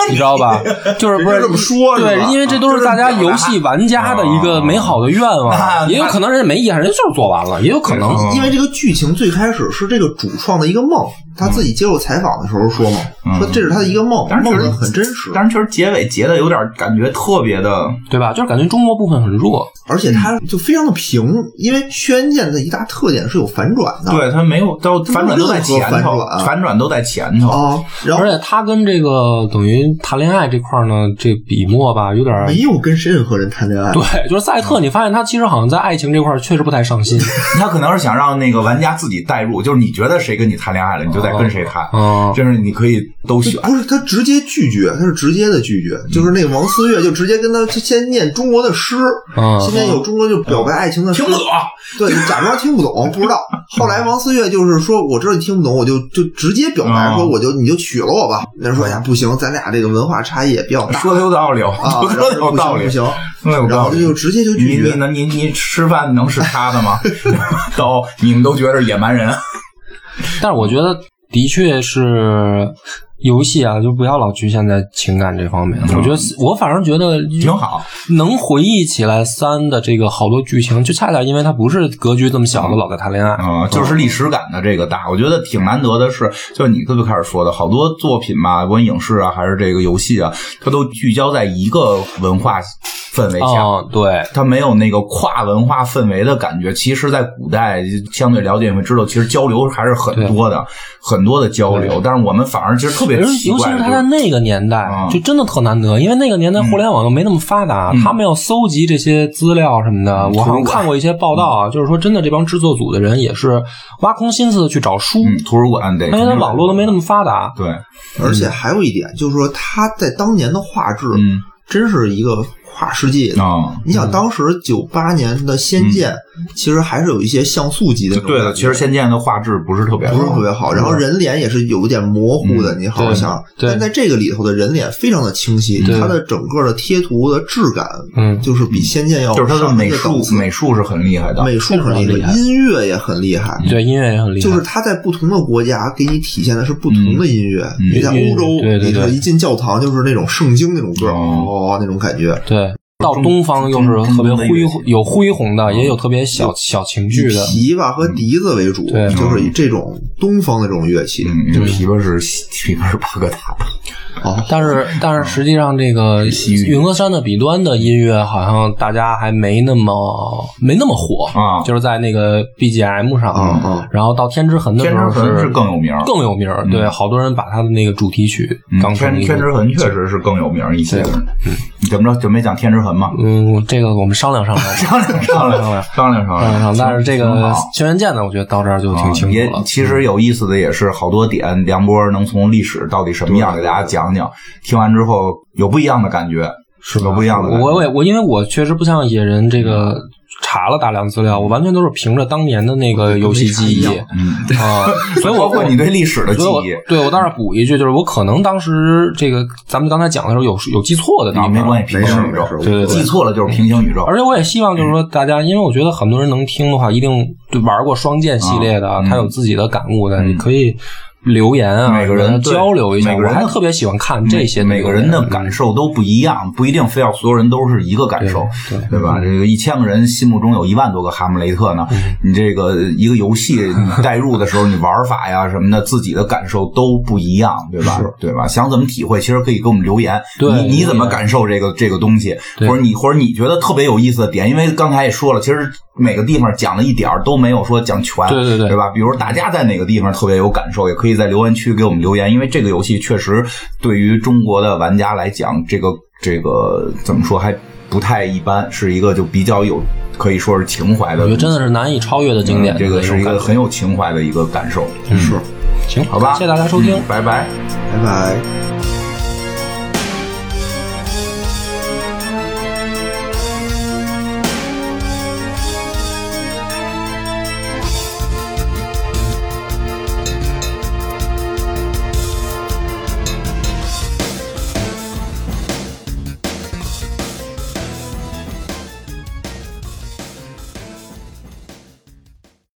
Speaker 2: 你知道吧？就是不是
Speaker 3: 人家这么说是吧
Speaker 2: 对，因为这都是大家游戏玩家的一
Speaker 3: 哦
Speaker 2: 个美好的愿
Speaker 1: 啊
Speaker 2: 望，也有可能人家没遗憾，人家就是做完了，也有可能。
Speaker 3: 因为这个剧情最开始是这个主创的一个梦，他自己接受采访的时候说嘛，说这是他的一个梦，
Speaker 1: 但是
Speaker 3: 梦
Speaker 1: 确实
Speaker 3: 得很真实，
Speaker 1: 但是确实结尾结的有点感觉特别
Speaker 3: 啊
Speaker 1: 的，
Speaker 2: 对吧？就是感觉中国部分很弱，
Speaker 3: 而且他就非常的平，因为《轩辕剑》的一大特点是有反转的，
Speaker 1: 对他没有到反转都在前
Speaker 3: 任
Speaker 1: 头
Speaker 3: 何反，转
Speaker 1: 反转都在前头。
Speaker 3: 啊，然后
Speaker 2: 而且他跟这个等于谈恋爱这块呢，这笔墨吧有点儿
Speaker 3: 没有跟任何人谈恋爱，
Speaker 2: 对，就是赛
Speaker 1: 嗯
Speaker 2: 特，你发现他其实好像在爱情这块儿确实不太上
Speaker 1: <laughs>
Speaker 2: 心。
Speaker 1: 他可能是想让那个玩家自己代入，就是你觉得谁跟你谈恋爱了，你就在跟谁谈。
Speaker 3: 哦
Speaker 2: 嗯，
Speaker 1: 就是你可以都
Speaker 3: <laughs>
Speaker 1: 选，
Speaker 3: 不是他直接拒绝，他是直接的拒绝，就是那个王思月就直接跟他先念中国的诗，
Speaker 2: 嗯
Speaker 3: 先念有中国就表白爱情的诗，
Speaker 1: 听不懂。
Speaker 3: 对，假装听不懂，不知道。后来王思月就是说，我知道你听不懂，我就就直接表白
Speaker 1: 啊
Speaker 3: 说，我就你就娶了我吧。那人
Speaker 1: 嗯
Speaker 3: 说，哎呀，不行，咱俩这个文化差异也比较大
Speaker 1: 说的有道理，哦
Speaker 3: 啊，然
Speaker 1: <laughs> 说
Speaker 3: 后
Speaker 1: 的
Speaker 3: 就
Speaker 1: 有
Speaker 3: 不
Speaker 1: 道
Speaker 3: 行
Speaker 1: 理
Speaker 3: 不，行，
Speaker 1: 说的有
Speaker 3: 然
Speaker 1: 道
Speaker 3: 后
Speaker 1: 理
Speaker 3: 就。直接就
Speaker 1: 你
Speaker 3: 拒
Speaker 1: 你
Speaker 3: 绝。
Speaker 1: 能你你吃饭能是他的 <laughs> 吗？都你们都觉得是野蛮人，
Speaker 2: 但是我觉得的确是游戏啊，就不要老局限在情感这方面。我觉得我反正觉得
Speaker 1: 嗯挺好。
Speaker 2: 能回忆起来三的这个好多剧情，就恰恰因为它不是格局这么小的老在谈恋爱。
Speaker 1: 啊、就是历史感的这个大，我觉得挺难得的是，就是你最开始说的，好多作品吧，不管影视啊，还是这个游戏啊，它都聚焦在一个文化氛围下。
Speaker 2: 嗯，对，
Speaker 1: 它没有那个跨文化氛围的感觉。其实，在古代相对了解，你会知道，其实交流还是很多的，很多的交流。但是我们反而其实特别
Speaker 2: 尤
Speaker 1: 奇
Speaker 2: 尤其
Speaker 1: 怪
Speaker 2: 是
Speaker 1: 的就
Speaker 2: 他在
Speaker 1: 是，
Speaker 2: 那个年代
Speaker 1: 嗯，
Speaker 2: 就真的特难得，因为那个年代互联网又没那么发达，他们要搜集这些资料什么的。
Speaker 1: 嗯
Speaker 2: 我好像看过一些报道啊，就是说真的，这帮制作组的人也是挖空心思的去找书，
Speaker 1: 嗯，图书馆得，
Speaker 2: 因为他网络都没那么发达。
Speaker 1: 对，
Speaker 3: 而且还有一点就是说，他在当年的画质
Speaker 1: 嗯
Speaker 3: 真是一个跨世纪的。
Speaker 1: 啊。
Speaker 3: 你想，当时九八年的《仙剑》其实还是有一些像素级的那种
Speaker 1: 嗯对
Speaker 3: 感觉，
Speaker 1: 的，其实《仙剑》的画质不是特别好，嗯
Speaker 3: 不是特别好，然后人脸也是有点模糊的，你好像，
Speaker 2: 对
Speaker 3: 但在这个里头的人脸非常的清晰，
Speaker 2: 对
Speaker 3: 它的整个的贴图的质感
Speaker 2: 嗯，
Speaker 3: 就是比《仙剑》要
Speaker 1: 就是它的
Speaker 3: 上一
Speaker 1: 美
Speaker 3: 个
Speaker 1: 术
Speaker 3: 档次
Speaker 1: 美术是很厉害的，
Speaker 3: 美术很
Speaker 2: 非
Speaker 3: 厉
Speaker 2: 常厉害
Speaker 3: 害，音乐也很厉害。
Speaker 2: 对，音乐也很厉害。
Speaker 3: 就是它在不同的国家给你体现的是不同的音乐，
Speaker 1: 嗯
Speaker 3: 你在欧洲，
Speaker 2: 对对对嗯
Speaker 3: 你可能一进教堂就是那种圣经那种歌，
Speaker 1: 哦
Speaker 3: 哦，那种感觉。
Speaker 2: 对，到东方又是特别恢宏，有恢
Speaker 1: 嗯
Speaker 2: 宏的，也有特别小小情
Speaker 3: 以
Speaker 2: 绪的。
Speaker 3: 琵琶和笛子为主，
Speaker 2: 对
Speaker 3: 就是以这种东方的这种乐器。
Speaker 1: 嗯，这琵琶是琵琶是巴格达的，
Speaker 3: 哦，
Speaker 2: 但是，但是实际上，这个
Speaker 1: 嗯西域
Speaker 2: 云和山的彼端的音乐好像大家还没那么没那么火
Speaker 1: 啊
Speaker 2: 就是在那个 BGM 上，
Speaker 3: 嗯嗯
Speaker 2: 然后到天之痕的时
Speaker 1: 天之
Speaker 2: 候
Speaker 1: 痕是更有名儿
Speaker 2: 更有名儿，对，好多人把他的那个主题曲
Speaker 1: 嗯
Speaker 2: 当成
Speaker 1: 天
Speaker 2: 一
Speaker 1: 天之
Speaker 2: 个。
Speaker 1: 痕确实是更有名一些。你怎么着？准备讲天之痕吗？
Speaker 2: 嗯，这个我们商量商量吧，
Speaker 1: 商量商量
Speaker 2: 嗯商
Speaker 1: 商
Speaker 2: 量
Speaker 1: 量商
Speaker 2: 商量商量。
Speaker 1: 量。
Speaker 2: 但是这
Speaker 1: 挺
Speaker 2: 个
Speaker 1: 啊好啊
Speaker 2: 轩辕剑呢，我觉得到这儿就挺清楚
Speaker 1: 也
Speaker 2: 了。嗯
Speaker 1: 其实有意思的也是好多点，梁波能从历史到底什么样给大家讲讲，听完之后有不一样的感觉，是有不一样的感觉。
Speaker 2: 我我也我因为我确实不像野人这个查了大量资料，我完全都是凭着当年的那个游戏记忆
Speaker 3: 跟没查
Speaker 1: 嗯， <laughs>
Speaker 2: 啊，所以我
Speaker 1: 包括你对历史的记
Speaker 2: 所以我
Speaker 1: 忆，
Speaker 2: 对我倒是补一句，就是我可能当时这个咱们刚才讲的时候有有记错的地
Speaker 1: 啊，
Speaker 2: 方，
Speaker 1: 没关系，
Speaker 3: 没
Speaker 1: 平
Speaker 3: 事
Speaker 1: 行宇
Speaker 3: 没事
Speaker 1: 宙，
Speaker 2: 对对对
Speaker 1: 记错了就是平行宇宙。
Speaker 2: 而且我也希望
Speaker 1: 嗯
Speaker 2: 就是说大家，因为我觉得很多人能听的话，一定对玩过双剑系列的，
Speaker 1: 啊嗯
Speaker 2: 他有自己的感悟的，
Speaker 1: 嗯
Speaker 2: 你可以留言啊，
Speaker 1: 每个人对
Speaker 2: 交流一下。
Speaker 1: 每个人
Speaker 2: 我还特别喜欢看这些
Speaker 1: 每个人的感
Speaker 2: 受，
Speaker 1: 受都不一样，不一定非要所有人都是一个感受，
Speaker 2: 对对
Speaker 1: 吧？这个一千个人心目中有一万多个哈姆雷特呢，
Speaker 2: 嗯
Speaker 1: 你这个一个游戏
Speaker 2: <laughs>
Speaker 1: 你代入的时候，你玩法呀什么的，自己的感受都不一样，对吧？对吧？想怎么体会，其实可以给我们留言，
Speaker 2: 对
Speaker 1: 你你怎么
Speaker 2: 留言
Speaker 1: 感受这个这个东西，或
Speaker 2: 对
Speaker 1: 者你或者你觉得特别有意思的点，因为刚才也说了，其实每个地方讲了一点儿都没有说讲全，
Speaker 2: 对对对
Speaker 1: 啊对吧？比如大家在哪个地方特别有感受，也可以在留言区给我们留言，因为这个游戏确实对于中国的玩家来讲，这个这个怎么说还不太一般，是一个就比较有可以说是情怀的
Speaker 2: 我
Speaker 1: 东
Speaker 2: 觉
Speaker 1: 西，
Speaker 2: 得真的是难以超越的经典
Speaker 1: 嗯
Speaker 2: 的
Speaker 1: 这
Speaker 2: 那
Speaker 1: 个
Speaker 2: 种感觉。
Speaker 1: 是一个很有情怀的一个感受。
Speaker 2: 嗯
Speaker 3: 是，
Speaker 2: 行，
Speaker 1: 好吧，嗯
Speaker 2: 谢谢大家收听
Speaker 1: 嗯。拜拜。
Speaker 3: 拜拜。